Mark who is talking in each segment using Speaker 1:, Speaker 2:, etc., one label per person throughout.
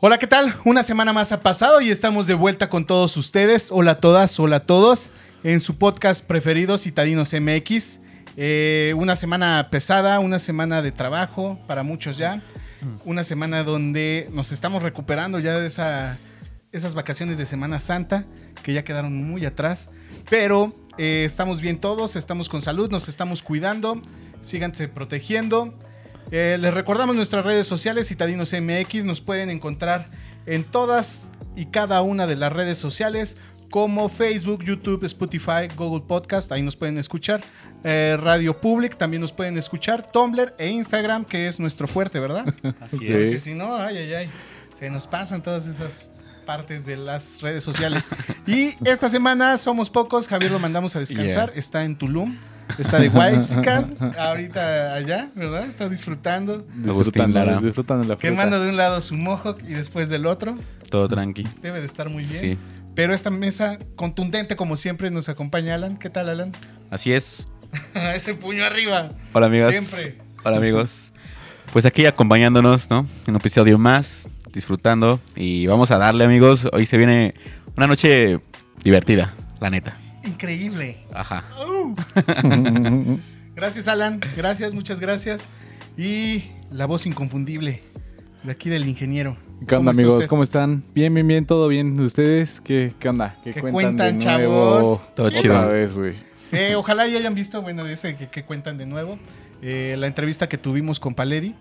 Speaker 1: Hola, ¿qué tal? Una semana más ha pasado y estamos de vuelta con todos ustedes. Hola a todas, hola a todos. En su podcast preferido, Citadinos MX. Eh, una semana pesada, una semana de trabajo para muchos ya. Una semana donde nos estamos recuperando ya de esa, esas vacaciones de Semana Santa que ya quedaron muy atrás. Pero eh, estamos bien todos, estamos con salud, nos estamos cuidando, síganse protegiendo. Eh, les recordamos nuestras redes sociales, Citadinos MX, nos pueden encontrar en todas y cada una de las redes sociales como Facebook, YouTube, Spotify, Google Podcast, ahí nos pueden escuchar. Eh, Radio Public también nos pueden escuchar. Tumblr e Instagram, que es nuestro fuerte, ¿verdad?
Speaker 2: Así
Speaker 3: Sí.
Speaker 2: es.
Speaker 1: Porque Si no, ay, ay, ay. Se nos pasan todas esas partes de las redes sociales. Y esta semana somos pocos. Javier lo mandamos a descansar. Está en Tulum. Está de White Ahorita allá, ¿verdad? Está disfrutando.
Speaker 3: Agustín
Speaker 2: Disfrutando,
Speaker 3: Lara.
Speaker 2: disfrutando la fruta.
Speaker 1: Quemando de un lado su mohawk y después del otro.
Speaker 3: Todo tranqui.
Speaker 1: Debe de estar muy bien.
Speaker 3: Sí.
Speaker 1: Pero esta mesa contundente, como siempre, nos acompaña Alan. ¿Qué tal, Alan?
Speaker 3: Así es.
Speaker 1: Ese puño arriba.
Speaker 3: Hola, amigos.
Speaker 1: Siempre.
Speaker 3: Hola, amigos. Pues aquí acompañándonos, ¿no? En un episodio más, disfrutando. Y vamos a darle, amigos. Hoy se viene una noche divertida, la neta.
Speaker 1: Increíble.
Speaker 3: Ajá.
Speaker 1: ¡Au! Gracias, Alan. Gracias, muchas gracias. Y la voz inconfundible de aquí del ingeniero.
Speaker 2: ¿Qué
Speaker 1: ¿Cómo
Speaker 2: onda,
Speaker 1: está
Speaker 2: amigos?
Speaker 1: usted?
Speaker 2: ¿Cómo están? Bien, bien, bien, todo bien. ¿Ustedes qué, qué onda?
Speaker 1: ¿Qué cuentan,
Speaker 2: de nuevo?
Speaker 1: chavos?
Speaker 3: Todo
Speaker 2: Otra
Speaker 3: chido.
Speaker 2: vez, güey.
Speaker 1: Eh, ojalá ya hayan visto, bueno, de ese que, que cuentan de nuevo, eh, la entrevista que tuvimos con Paledi,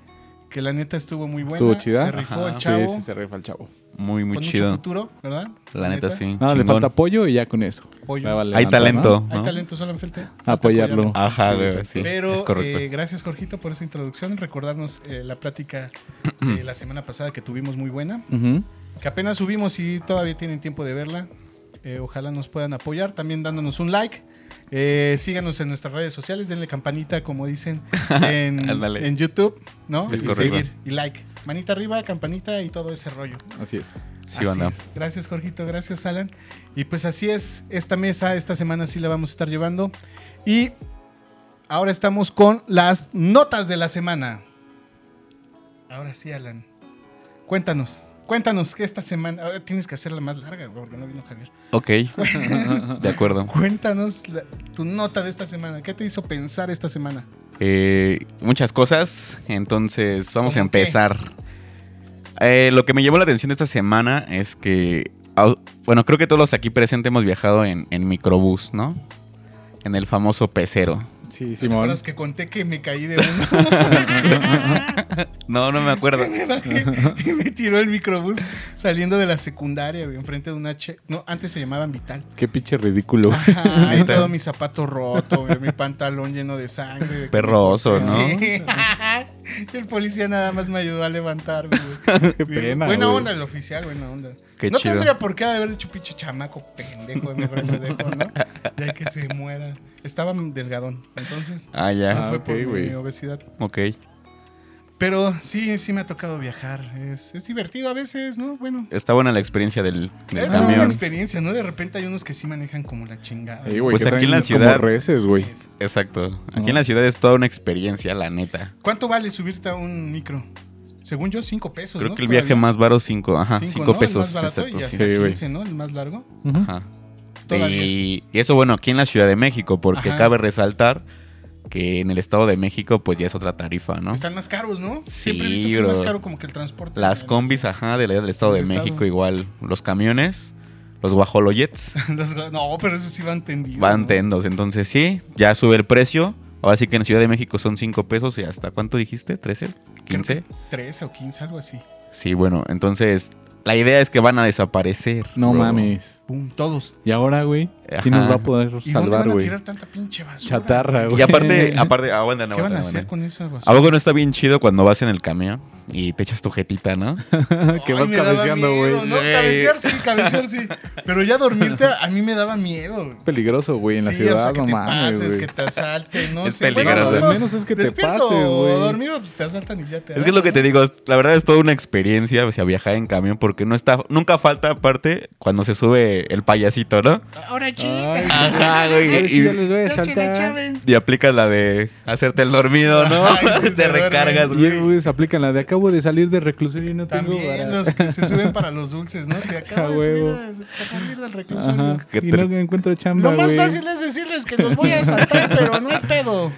Speaker 1: que la neta estuvo muy buena.
Speaker 2: Estuvo chida.
Speaker 1: Se rifó
Speaker 3: Ajá.
Speaker 1: el
Speaker 3: Sí,
Speaker 1: Ah, chavo.
Speaker 2: Sí, sí, se rifa el chavo.
Speaker 3: Muy, muy
Speaker 1: con mucho
Speaker 3: chido.
Speaker 1: futuro, ¿verdad?
Speaker 3: La neta, sí.
Speaker 2: Nada, le
Speaker 3: Chingón.
Speaker 2: falta apoyo y ya con eso.
Speaker 1: Apoyo.
Speaker 2: La vale
Speaker 3: Hay
Speaker 2: levantar,
Speaker 3: talento.
Speaker 2: ¿no?
Speaker 1: Hay
Speaker 3: ¿no?
Speaker 1: talento solo enfrente.
Speaker 2: Apoyarlo.
Speaker 3: Ajá, güey. Sí,
Speaker 1: Pero
Speaker 3: es correcto.
Speaker 1: eh, gracias, Jorgito, por esa introducción. Recordarnos eh, la plática eh, la semana pasada que tuvimos muy buena.
Speaker 2: Ujú.
Speaker 1: que apenas subimos y todavía tienen tiempo de verla. Eh, ojalá nos puedan apoyar también dándonos un like. Eh, síganos en nuestras redes sociales, denle campanita, como dicen, en,
Speaker 3: Ándale.
Speaker 1: en YouTube, ¿no?
Speaker 3: Es
Speaker 1: y
Speaker 3: correcto.
Speaker 1: seguir y like. Manita arriba, campanita y todo ese rollo.
Speaker 2: Así es.
Speaker 3: sí,
Speaker 1: Así
Speaker 3: banda.
Speaker 1: es. Gracias, Jorgito. Gracias, Alan. Y pues así es. Esta mesa, esta semana sí la vamos a estar llevando. Y ahora estamos con las notas de la semana. Ahora sí, Alan. Cuéntanos. Cuéntanos que esta semana. ahora tienes que hacerla más larga, güey, porque no vino Javier.
Speaker 3: Ok. De acuerdo.
Speaker 1: Cuéntanos la- tu nota de esta semana. ¿Qué te hizo pensar esta semana?
Speaker 3: Eh, muchas cosas. Entonces, vamos a
Speaker 1: ¿Cómo qué?
Speaker 3: empezar. Eh, lo que me llamó la atención esta semana es que. au- Bueno, creo que todos los aquí presentes hemos viajado en, en microbús, ¿no? En el famoso pecero.
Speaker 2: Sí,
Speaker 1: ¿Te
Speaker 2: Simón.
Speaker 1: acuerdas que conté que me caí de uno
Speaker 3: No, no me acuerdo.
Speaker 1: y me tiró el microbús saliendo de la secundaria, güey, enfrente de una... Che no, antes se llamaban Vital.
Speaker 2: Qué pinche ridículo. güey.
Speaker 1: Ajá, y
Speaker 3: Neta.
Speaker 1: todo mi zapato roto, güey, mi pantalón lleno de sangre. güey.
Speaker 3: Perroso, ¿no?
Speaker 1: Sí. Y el policía nada más me ayudó a levantar, güey.
Speaker 2: Qué pena.
Speaker 1: buena
Speaker 2: güey.
Speaker 1: onda el oficial, buena onda.
Speaker 3: Qué
Speaker 1: no
Speaker 3: chido.
Speaker 1: tendría por qué haber dicho pinche chamaco pendejo, mejor lo dejo, ¿no? Ya que se muera. Estaba delgadón, entonces
Speaker 3: Ah,
Speaker 1: no
Speaker 3: ya.
Speaker 1: fue
Speaker 2: ok,
Speaker 1: por mi
Speaker 2: güey.
Speaker 1: obesidad.
Speaker 3: Ok.
Speaker 1: Pero sí, sí me ha tocado viajar. Es, es divertido a veces, ¿no? Bueno.
Speaker 3: Está buena la experiencia del, del
Speaker 1: Es toda una
Speaker 3: camión.
Speaker 1: experiencia, ¿no? De repente hay unos que sí manejan como la chingada.
Speaker 2: Ey, güey,
Speaker 3: Pues
Speaker 2: que
Speaker 3: aquí en la
Speaker 2: traen
Speaker 3: ciudad-
Speaker 2: Como reces, güey.
Speaker 3: Exacto. Aquí
Speaker 2: No.
Speaker 3: en la ciudad es toda una experiencia, la neta.
Speaker 1: ¿Cuánto vale subirte a un micro? Según yo, 5 pesos. Pues
Speaker 3: Creo
Speaker 1: ¿no?
Speaker 3: que el viaje
Speaker 1: Todavía.
Speaker 3: más baro cinco, ajá,
Speaker 1: Cinco,
Speaker 3: cinco,
Speaker 1: ¿no?
Speaker 3: pesos,
Speaker 1: El más barato
Speaker 3: exacto,
Speaker 1: y
Speaker 3: sí.
Speaker 1: hasta
Speaker 2: Sí, güey.
Speaker 1: 15, ¿no? El más largo.
Speaker 2: Ujú.
Speaker 3: Ajá.
Speaker 1: Todavía.
Speaker 3: Y, y eso, bueno, aquí en la Ciudad de México, porque
Speaker 1: Ajá.
Speaker 3: cabe resaltar que en el Estado de México, pues ya es otra tarifa, ¿no?
Speaker 1: Están más caros, ¿no?
Speaker 3: Sí,
Speaker 1: Siempre he visto que es
Speaker 3: bro.
Speaker 1: más caro como que el transporte.
Speaker 3: Las combis, ajá, de la del Estado de
Speaker 1: Del Estado.
Speaker 3: México, igual. Los camiones, los guajoloyets,
Speaker 1: Los ga- no, pero eso sí van tendidos.
Speaker 3: van
Speaker 1: ¿no?
Speaker 3: tendos. Entonces, sí, ya sube el precio. Ahora sí que en la Ciudad de México son 5 pesos y hasta, ¿cuánto dijiste? ¿13?
Speaker 1: Creo que
Speaker 3: ¿15?
Speaker 1: 13 o 15, algo así.
Speaker 3: Sí, bueno, entonces la idea es que van a desaparecer.
Speaker 2: No
Speaker 3: bro.
Speaker 2: mames.
Speaker 1: Pum, todos.
Speaker 2: Y ahora, güey, ¿quién
Speaker 3: Ajá.
Speaker 2: nos va a poder
Speaker 1: ¿Y
Speaker 2: salvar,
Speaker 1: dónde van a
Speaker 2: güey?
Speaker 1: tirar tanta pinche basura?
Speaker 2: Chatarra, güey.
Speaker 3: Y aparte, aparte, aguanta,
Speaker 1: ¿Qué
Speaker 3: aguanta,
Speaker 1: van a
Speaker 3: aguanta.
Speaker 1: hacer con esa
Speaker 3: ¿A
Speaker 1: basura?
Speaker 3: poco no está bien chido cuando vas en el camión y te echas tu jetita, no?
Speaker 2: que
Speaker 1: Ay,
Speaker 2: vas
Speaker 1: me daba
Speaker 2: cabeceando,
Speaker 1: miedo,
Speaker 2: güey.
Speaker 1: No,
Speaker 3: Güey.
Speaker 1: cabecear sí, cabecear sí. Pero ya dormirte a mí me daba miedo. güey.
Speaker 2: Es peligroso, güey, en la
Speaker 1: Sí,
Speaker 2: ciudad,
Speaker 1: o sea, que
Speaker 2: no
Speaker 1: te
Speaker 2: mames,
Speaker 1: pases,
Speaker 2: güey.
Speaker 1: que te asalten, no
Speaker 3: Es
Speaker 1: sé.
Speaker 3: peligroso.
Speaker 1: al
Speaker 3: Lo
Speaker 2: menos es que te pases,
Speaker 1: o
Speaker 2: güey.
Speaker 1: dormido, pues te asaltan y ya te
Speaker 3: Es que es lo que te
Speaker 1: agarran,
Speaker 3: digo, es- la verdad es toda una experiencia, o sea, viajar en camión, porque no está, nunca falta aparte cuando se sube el payasito, ¿no?
Speaker 1: ¿no? Ahora
Speaker 2: Ay,
Speaker 3: Ajá,
Speaker 2: ahora
Speaker 3: güey.
Speaker 2: sí
Speaker 3: Y,
Speaker 2: ya les voy a
Speaker 1: Échale,
Speaker 2: saltar.
Speaker 1: Chávez.
Speaker 3: y aplicas la de hacerte el dormido, ¿no?
Speaker 1: Ay, sí, te
Speaker 3: te recargas,
Speaker 2: Y
Speaker 3: güey.
Speaker 2: esos güeyes aplican la de acabo de salir de reclusorio y no tengo
Speaker 1: También
Speaker 2: vara".
Speaker 1: los que se suben para los dulces, ¿no? Que acabo de subir
Speaker 2: huevo.
Speaker 1: al- salir del reclusorio.
Speaker 2: Ajá.
Speaker 3: Que
Speaker 2: Y
Speaker 3: te-
Speaker 2: no encuentro chamba,
Speaker 1: Lo más
Speaker 2: güey.
Speaker 1: fácil es decirles que los voy a saltar, pero no hay pedo.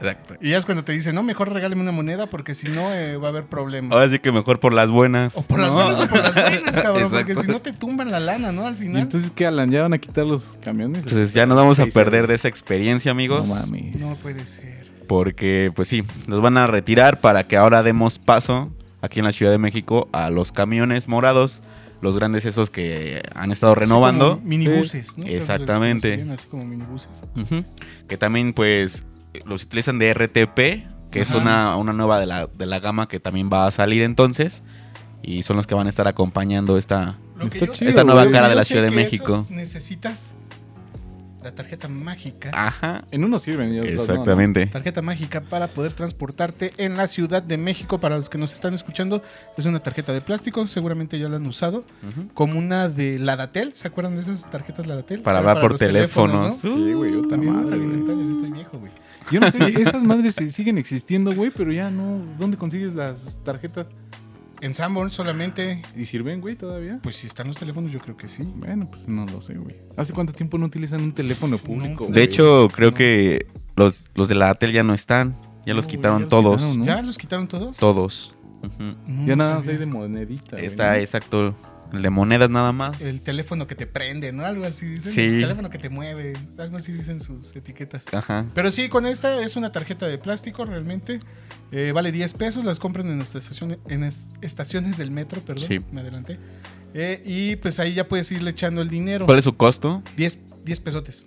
Speaker 3: Exacto.
Speaker 1: Y ya es cuando te dicen, no, mejor regáleme una moneda porque si no eh, va a haber problemas.
Speaker 3: Ahora sí que mejor por las buenas.
Speaker 1: O por las
Speaker 3: ¿no?
Speaker 1: buenas o por las buenas, cabrón, porque
Speaker 3: Exacto.
Speaker 1: si no te tumban la lana, ¿no? Al
Speaker 2: Y
Speaker 1: final.
Speaker 2: entonces, ¿qué, Alan? ¿Ya van a quitar los camiones?
Speaker 3: Entonces ya nos vamos a perder de esa experiencia,
Speaker 2: No
Speaker 3: Pues, amigos.
Speaker 2: mames.
Speaker 1: No pues. puede ser.
Speaker 3: Porque, pues sí, nos van a retirar para que ahora demos paso aquí en la Ciudad de México a los camiones morados, los grandes esos que han estado
Speaker 1: Así
Speaker 3: renovando.
Speaker 1: como minibuses, ¿no? Creo que los
Speaker 3: Exactamente.
Speaker 1: conocían Así como minibuses.
Speaker 3: Ujú. Que también, pues, los utilizan de RTP, que es
Speaker 1: Ajá.
Speaker 3: una, una nueva de la, de la gama que también va a salir entonces. Y son los que van a estar acompañando esta.
Speaker 1: Lo que
Speaker 2: Está
Speaker 1: yo
Speaker 2: chido,
Speaker 3: Esta nueva
Speaker 2: güey.
Speaker 3: cara
Speaker 1: yo
Speaker 3: de la
Speaker 1: sé
Speaker 3: Ciudad de
Speaker 1: que
Speaker 3: México.
Speaker 1: esos Necesitas la tarjeta mágica.
Speaker 3: Ajá.
Speaker 2: En unos sirven y otros Eh. no, ¿no?
Speaker 3: Exactamente.
Speaker 1: Tarjeta mágica para poder transportarte en la Ciudad de México. Para los que nos están escuchando, es una tarjeta de plástico, seguramente ya la han usado.
Speaker 3: Ujú.
Speaker 1: Como una de Ladatel, ¿se acuerdan de esas tarjetas Ladatel?
Speaker 3: Para
Speaker 1: Que
Speaker 3: hablar
Speaker 1: eran
Speaker 3: por
Speaker 1: los
Speaker 3: teléfonos.
Speaker 1: ¿no?
Speaker 2: Sí, güey, puta
Speaker 1: También,
Speaker 2: madre,
Speaker 1: puta,
Speaker 2: güey.
Speaker 1: 40 años, estoy viejo, güey.
Speaker 2: Yo no sé, esas madres sí siguen existiendo, güey, pero ya no. ¿Dónde consigues las tarjetas?
Speaker 1: En Sanborn solamente,
Speaker 2: ¿Y sirven, güey, todavía?
Speaker 1: pues si están los teléfonos, yo creo que sí.
Speaker 2: Bueno, pues no lo sé, güey. ¿Hace cuánto tiempo no utilizan un teléfono público?
Speaker 1: Nunca.
Speaker 3: De
Speaker 2: güey?
Speaker 3: hecho, creo que los, los de la ATEL ya no están. Ya los
Speaker 1: No, güey,
Speaker 3: quitaron
Speaker 1: ya los
Speaker 3: todos.
Speaker 2: quitaron, ¿no?
Speaker 1: ¿Ya los quitaron todos?
Speaker 3: Todos. Ujú.
Speaker 1: No, no
Speaker 2: ya nada más
Speaker 1: sabía.
Speaker 2: hay de monedita. güey, ¿no?
Speaker 3: Está exacto. El de monedas nada más.
Speaker 1: El teléfono que te prende, ¿no? Algo así dicen.
Speaker 3: Sí.
Speaker 1: El teléfono que te mueve, algo así dicen sus etiquetas.
Speaker 3: Ajá.
Speaker 1: Pero sí, con esta es una tarjeta de plástico realmente. Eh, vale 10 pesos, las compran en, esta estación- en es- estaciones del metro, perdón.
Speaker 3: Sí.
Speaker 1: Me adelanté. Eh, y pues ahí ya puedes irle echando el dinero.
Speaker 3: ¿Cuál es su costo?
Speaker 1: 10, 10 pesotes.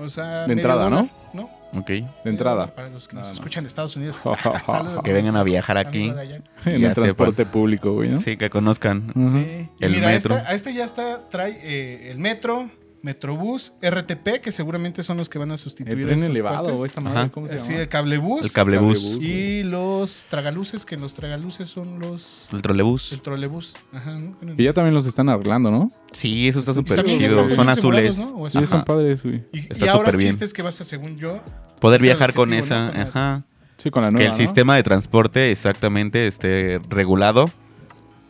Speaker 1: O sea,
Speaker 2: De
Speaker 1: medio
Speaker 2: entrada, ¿no?
Speaker 1: ¿no?
Speaker 3: Ok.
Speaker 2: De entrada.
Speaker 1: Para los que nos
Speaker 2: Nada más.
Speaker 1: escuchan de Estados Unidos.
Speaker 2: Ah,
Speaker 3: Que vengan a viajar aquí.
Speaker 1: Amigo de allá.
Speaker 2: En
Speaker 3: Ya
Speaker 2: el transporte público, güey, ¿no? Mm.
Speaker 3: Sí, que conozcan.
Speaker 2: Ajá.
Speaker 1: Sí. Y
Speaker 3: El
Speaker 1: mira,
Speaker 3: metro.
Speaker 1: Esta, a este ya está, trae eh, el metro, Metrobús, RTP, que seguramente son los que van a sustituir a
Speaker 2: El tren
Speaker 1: estos
Speaker 2: elevado,
Speaker 1: cuates.
Speaker 2: güey, esta
Speaker 3: Ajá.
Speaker 2: madre, ¿cómo se
Speaker 1: Eh, Sí,
Speaker 2: llama?
Speaker 1: el cablebús.
Speaker 3: El cablebús.
Speaker 2: Cablebús.
Speaker 1: Y los tragaluces, que los tragaluces son los...
Speaker 3: El trolebús.
Speaker 1: El trolebús. Ajá, ¿no? Bueno,
Speaker 2: Y ya también los están arreglando, ¿no?
Speaker 3: Sí, eso está
Speaker 1: Y
Speaker 3: súper
Speaker 1: también
Speaker 2: ya
Speaker 3: chido.
Speaker 2: están
Speaker 3: Son
Speaker 1: bien asegurados,
Speaker 3: azules.
Speaker 1: ¿no? O
Speaker 2: Sí,
Speaker 1: Ajá.
Speaker 2: están padres, güey.
Speaker 1: y,
Speaker 3: Está
Speaker 1: y ahora
Speaker 3: súper
Speaker 1: el
Speaker 3: bien.
Speaker 1: chiste es que vas a, según yo,
Speaker 3: Poder
Speaker 1: Es el
Speaker 3: viajar con
Speaker 1: objetivo, ¿no?
Speaker 3: esa.
Speaker 1: Con la-
Speaker 3: Ajá.
Speaker 2: Sí, con la nueva,
Speaker 3: Que el
Speaker 2: ¿no?
Speaker 3: sistema de transporte exactamente esté regulado.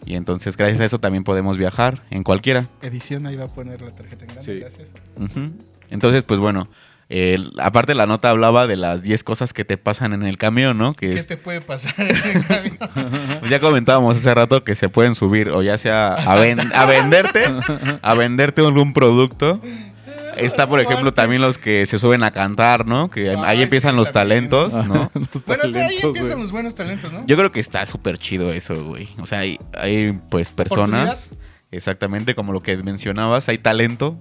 Speaker 3: Y entonces, gracias a eso también podemos viajar en cualquiera.
Speaker 1: edición, ahí va a poner la tarjeta en grande.
Speaker 2: Sí.
Speaker 1: Gracias.
Speaker 3: Ujú. Entonces, pues bueno. el- aparte, la nota hablaba de las 10 cosas que te pasan en el camión, ¿no? Que
Speaker 1: ¿Qué
Speaker 3: es-
Speaker 1: te puede pasar en el camino?
Speaker 3: Pues ya comentábamos hace rato que se pueden subir o ya sea a, ven- a venderte, a venderte algún producto. Está, por ejemplo, también los que se suben a cantar, ¿no? Que
Speaker 1: Ay,
Speaker 3: ahí
Speaker 1: sí,
Speaker 3: empiezan los
Speaker 1: también.
Speaker 3: talentos, ¿no?
Speaker 2: Los
Speaker 1: Bueno, ahí
Speaker 2: talentos,
Speaker 1: empiezan
Speaker 2: güey.
Speaker 1: los buenos talentos, ¿no?
Speaker 3: Yo creo que está súper chido eso, güey. O sea, hay, hay, pues personas, exactamente como lo que mencionabas, hay talento,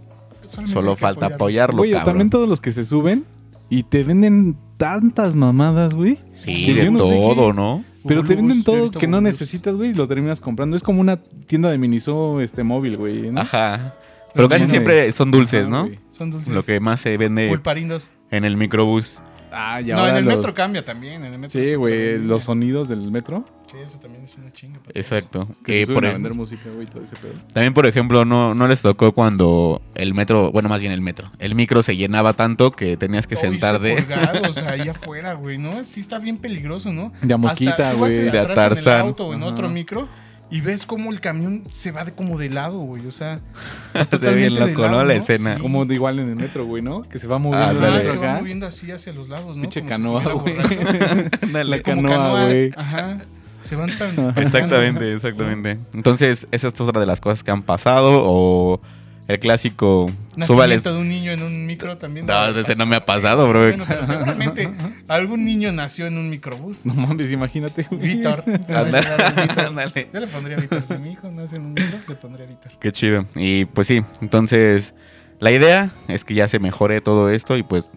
Speaker 1: Solamente
Speaker 3: solo
Speaker 1: hay que
Speaker 3: falta
Speaker 1: apoyarlo.
Speaker 3: apoyarlo,
Speaker 2: Güey,
Speaker 3: cabrón.
Speaker 2: también todos los que se suben y te venden tantas mamadas, güey.
Speaker 3: Sí,
Speaker 2: que
Speaker 3: de
Speaker 2: yo no sé
Speaker 3: todo,
Speaker 2: qué-
Speaker 3: ¿no?
Speaker 2: Pero
Speaker 1: Bulbos,
Speaker 2: te venden
Speaker 1: yo he
Speaker 2: todo
Speaker 1: visto
Speaker 2: que no
Speaker 1: bulbos.
Speaker 2: necesitas, güey, y lo terminas comprando. Es como una tienda de miniso este móvil, güey. ¿no?
Speaker 3: Ajá. Pero casi
Speaker 2: Lleno de-
Speaker 3: siempre son Ah, dulces,
Speaker 2: Ajá,
Speaker 3: ¿no?
Speaker 2: güey.
Speaker 1: Son dulces.
Speaker 3: Lo que más se vende
Speaker 1: Pulparindos.
Speaker 3: en el microbús.
Speaker 2: Ah, ya
Speaker 1: No, en el metro cambia también. En el metro
Speaker 2: Sí,
Speaker 1: es
Speaker 2: güey,
Speaker 1: supervendible.
Speaker 2: los sonidos del metro.
Speaker 1: Sí, eso también es una chinga. para
Speaker 3: Exacto.
Speaker 2: Que
Speaker 3: Eh,
Speaker 2: se suben
Speaker 3: por
Speaker 2: a
Speaker 3: ej-
Speaker 2: vender música, güey, todo ese pedo.
Speaker 3: También, por ejemplo, no, no les tocó cuando el metro, bueno, más bien el metro, el micro se llenaba tanto que tenías que
Speaker 1: Hoy
Speaker 3: sentar
Speaker 1: se
Speaker 3: de...
Speaker 1: colgados ahí afuera, güey, ¿no? Sí está bien peligroso, ¿no?
Speaker 2: De a mosquita,
Speaker 1: Hasta tú vas
Speaker 2: güey.
Speaker 1: en
Speaker 3: De a
Speaker 1: atrás En
Speaker 3: Tarzán.
Speaker 1: el auto o en
Speaker 2: Ajá.
Speaker 1: otro micro y ves cómo el camión se va de como de lado, güey, o sea...
Speaker 3: Se ve bien
Speaker 1: totalmente de
Speaker 3: loco,
Speaker 1: lado,
Speaker 3: ¿no? La
Speaker 1: ¿no?
Speaker 3: escena.
Speaker 1: Sí.
Speaker 2: Como de igual en el metro, güey, ¿no? Que se va moviendo.
Speaker 3: Ah,
Speaker 1: ah,
Speaker 2: el metro
Speaker 3: dale.
Speaker 1: se va
Speaker 2: acá.
Speaker 1: moviendo así hacia los lados, ¿no?
Speaker 2: Pinche
Speaker 1: Como si
Speaker 2: canoa,
Speaker 1: estuviera
Speaker 2: güey.
Speaker 1: borracho.
Speaker 2: La
Speaker 1: Es como
Speaker 2: canoa, güey.
Speaker 1: Ajá. Se van tan...
Speaker 3: Exactamente, exactamente. Entonces, esa es otra de las cosas que han pasado o el clásico...
Speaker 1: Nacimiento
Speaker 3: Súbales...
Speaker 1: de un niño en un micro también.
Speaker 3: No, ese no me ha
Speaker 1: pasado.
Speaker 3: pasado, bro.
Speaker 1: Bueno, pero seguramente algún niño nació en un microbús.
Speaker 2: No mames, imagínate, güey.
Speaker 1: Víctor. se va a
Speaker 3: Ándale,
Speaker 1: quedar el Víctor.
Speaker 3: ándale.
Speaker 1: Yo le pondría Víctor. Si mi hijo nace en un micro, le pondría Víctor.
Speaker 3: Qué chido. Y pues sí, entonces la idea es que ya se mejore todo esto y pues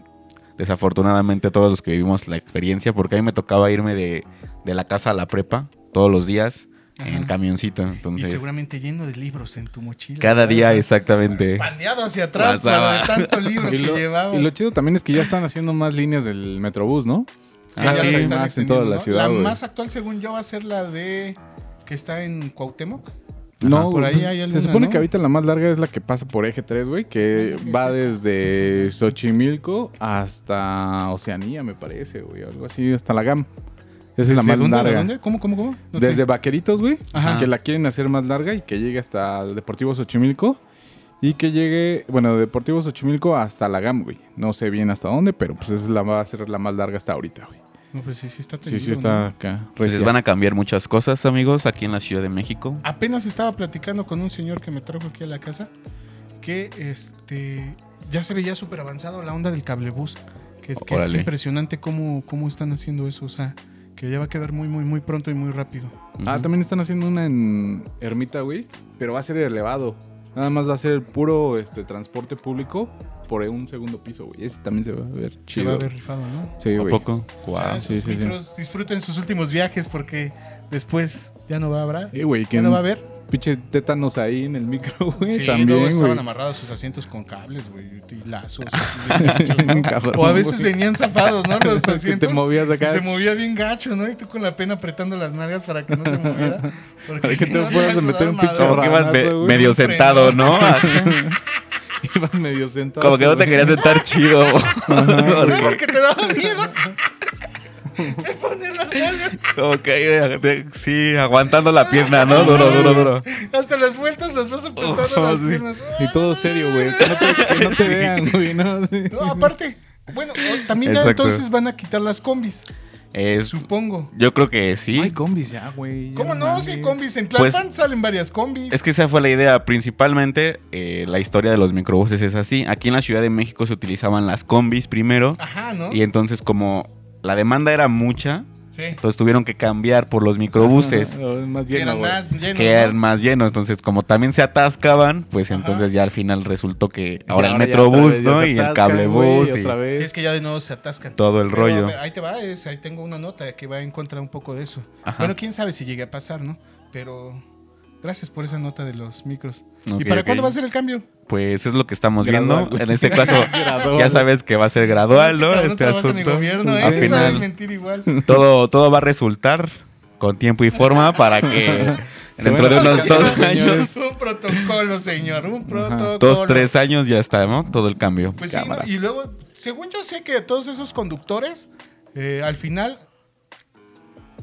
Speaker 3: desafortunadamente todos los que vivimos la experiencia, porque a mí me tocaba irme de, de la casa a la prepa todos los días en
Speaker 1: Ajá.
Speaker 3: camioncito.
Speaker 1: Y
Speaker 3: Entonces,
Speaker 1: seguramente lleno de libros en tu mochila.
Speaker 3: cada día
Speaker 1: es
Speaker 3: exactamente.
Speaker 1: Pandeado hacia atrás
Speaker 3: Pasaba.
Speaker 1: para tanto libro
Speaker 2: Y
Speaker 1: que
Speaker 2: lo,
Speaker 1: llevaba.
Speaker 2: y lo chido también es que ya están haciendo más líneas del Metrobús, ¿no?
Speaker 3: Ah,
Speaker 1: ya
Speaker 3: sí.
Speaker 1: las están
Speaker 2: Más en toda
Speaker 1: extendiendo,
Speaker 2: la
Speaker 1: ¿no?
Speaker 2: ciudad,
Speaker 1: La
Speaker 2: güey.
Speaker 1: más actual, según yo, va a ser la de que está en Cuauhtémoc.
Speaker 2: No,
Speaker 1: por
Speaker 2: por
Speaker 1: ahí
Speaker 2: ahí
Speaker 1: hay alguna,
Speaker 2: Se supone
Speaker 1: ¿no?
Speaker 2: que ahorita la más larga es la que pasa por eje 3, güey, que
Speaker 1: ¿Qué es
Speaker 2: va
Speaker 1: esta?
Speaker 2: desde Xochimilco hasta Oceanía, me parece, güey, o algo así, hasta la GAM. Esa es la
Speaker 1: ¿Desde
Speaker 2: más
Speaker 1: dónde, de
Speaker 2: larga.
Speaker 1: dónde? ¿Cómo, cómo, cómo? No
Speaker 2: Desde
Speaker 1: te-
Speaker 2: Vaqueritos, güey,
Speaker 1: Ajá.
Speaker 2: que la quieren hacer más larga y que llegue hasta el Deportivo Xochimilco. Y que llegue, bueno, de Deportivo Xochimilco hasta la GAM, güey. No sé bien hasta dónde, pero pues esa es la, va a ser la más larga hasta ahorita, güey.
Speaker 1: No, pues sí, sí está
Speaker 2: Sí, sí
Speaker 1: tendido,
Speaker 2: está
Speaker 1: ¿no?
Speaker 2: acá.
Speaker 3: Pues les
Speaker 2: recia.
Speaker 3: van a cambiar muchas cosas, amigos, aquí en la Ciudad de México.
Speaker 1: Apenas estaba platicando con un señor que me trajo aquí a la casa que este ya se veía súper avanzado la onda del cablebús. Que, es- que es
Speaker 3: Órale.
Speaker 1: impresionante cómo, cómo están haciendo eso. O sea, que ya va a quedar muy, muy, muy pronto y muy rápido.
Speaker 2: Ah,
Speaker 3: Ujú.
Speaker 2: también están haciendo una en Ermita, güey. Pero va a ser elevado. Nada más va a ser puro este, transporte público por un segundo piso, güey. Ese también se va a ver
Speaker 1: Se va
Speaker 2: chido.
Speaker 1: a ver rifado, ¿no?
Speaker 2: Sí,
Speaker 3: ¿A
Speaker 2: güey.
Speaker 3: poco?
Speaker 1: Ah,
Speaker 3: Guau.
Speaker 1: sus
Speaker 2: sí, sí, sí.
Speaker 1: micros, Disfruten sus últimos viajes porque después ya no va a haber.
Speaker 2: Sí, güey.
Speaker 1: ya
Speaker 2: Que
Speaker 1: no va a haber.
Speaker 2: pinche tétanos ahí en el micro, güey.
Speaker 1: Sí, luego
Speaker 2: también,
Speaker 1: estaban
Speaker 2: güey.
Speaker 1: amarrados sus asientos con cables, güey, y lazos. así, bien gachos, ¿no?
Speaker 2: Bien cabrón,
Speaker 1: o a veces
Speaker 2: güey.
Speaker 1: venían zapados, ¿no? Los
Speaker 2: que te
Speaker 1: asientos.
Speaker 2: movías
Speaker 1: y
Speaker 2: acá.
Speaker 1: se movía bien gacho, ¿no? Y tú con la pena apretando las nalgas para que no se moviera. Porque
Speaker 2: Para que
Speaker 1: si
Speaker 2: te
Speaker 1: no, le
Speaker 2: puedas
Speaker 1: ibas a
Speaker 2: meter
Speaker 1: dar
Speaker 2: un pinche
Speaker 1: madrazo.
Speaker 3: Como que ibas me-
Speaker 2: Abrazo, güey.
Speaker 3: medio sentado, ¿no? Así,
Speaker 2: Ibas medio sentado.
Speaker 3: como que no te querías sentar chido.
Speaker 1: No,
Speaker 3: Porque-
Speaker 1: porque te daba miedo. De poner las nalgas.
Speaker 3: como que ahí, eh, sí, aguantando la pierna, ¿no? Duro, duro, duro.
Speaker 1: Hasta las vueltas las vas apretando
Speaker 3: Oh,
Speaker 1: las
Speaker 3: sí.
Speaker 1: piernas. ¡Ah,
Speaker 2: Y todo serio, güey. Que no te, que no te vean, güey. ¿no? Sí.
Speaker 1: No, aparte, bueno, o- también ya
Speaker 3: Exacto.
Speaker 1: entonces van a quitar las combis,
Speaker 3: Es,
Speaker 1: supongo.
Speaker 3: yo creo que sí.
Speaker 2: No hay combis ya, güey. ya
Speaker 1: ¿Cómo no? Si hay
Speaker 2: mames.
Speaker 1: combis en Tlalpan,
Speaker 3: Pues-
Speaker 1: salen varias combis.
Speaker 3: Es que esa fue la idea. Principalmente, eh, la historia de los microbuses es así. Aquí en la Ciudad de México se utilizaban las combis primero.
Speaker 2: Ah,
Speaker 1: Ajá, ¿no?
Speaker 3: Y entonces, como la demanda era mucha,
Speaker 1: Sí.
Speaker 3: entonces tuvieron que cambiar por los microbuses,
Speaker 2: Ajá, es más
Speaker 1: Que
Speaker 2: lleno,
Speaker 1: eran
Speaker 2: güey.
Speaker 1: más llenos,
Speaker 3: que
Speaker 1: ¿no?
Speaker 3: eran más llenos. Entonces, como también se atascaban, pues entonces ya al final resultó que ahora el
Speaker 2: ya otra
Speaker 3: metrobús,
Speaker 2: vez ya
Speaker 3: ¿no?
Speaker 2: se
Speaker 3: Y el
Speaker 2: atascan, güey,
Speaker 3: cablebús. y-
Speaker 2: otra vez.
Speaker 1: Sí, es que ya de nuevo se atascan.
Speaker 3: Todo el
Speaker 1: Pero,
Speaker 3: rollo.
Speaker 1: a ver, Ahí te va, es- ahí tengo una nota que va en contra un poco de eso.
Speaker 3: Ajá.
Speaker 1: Bueno, quién sabe si llegue a pasar, ¿no? Pero gracias por esa nota de los micros.
Speaker 3: Ok,
Speaker 1: ¿Y para
Speaker 3: ok.
Speaker 1: cuándo va a ser el cambio?
Speaker 3: Pues es lo que estamos
Speaker 2: Gradual,
Speaker 3: viendo.
Speaker 2: güey.
Speaker 3: En este caso,
Speaker 2: Gradual.
Speaker 3: ya sabes que va a ser gradual, ¿no?
Speaker 1: Cabrón,
Speaker 3: Este
Speaker 1: trabaja en el
Speaker 3: asunto.
Speaker 1: gobierno, ¿eh?
Speaker 3: Al
Speaker 1: Sabe
Speaker 3: final,
Speaker 1: mentir igual.
Speaker 3: todo, todo va a resultar con tiempo y forma para que
Speaker 2: Se
Speaker 3: dentro
Speaker 2: van
Speaker 3: de unos
Speaker 2: aplicando,
Speaker 3: dos
Speaker 2: señores.
Speaker 3: años,
Speaker 1: un protocolo, señor, un protocolo.
Speaker 3: dos, tres años, ya está, ¿no? Todo el cambio.
Speaker 1: Pues sí,
Speaker 3: Cámara.
Speaker 1: ¿no? y luego, según yo sé que todos esos conductores, eh, al final,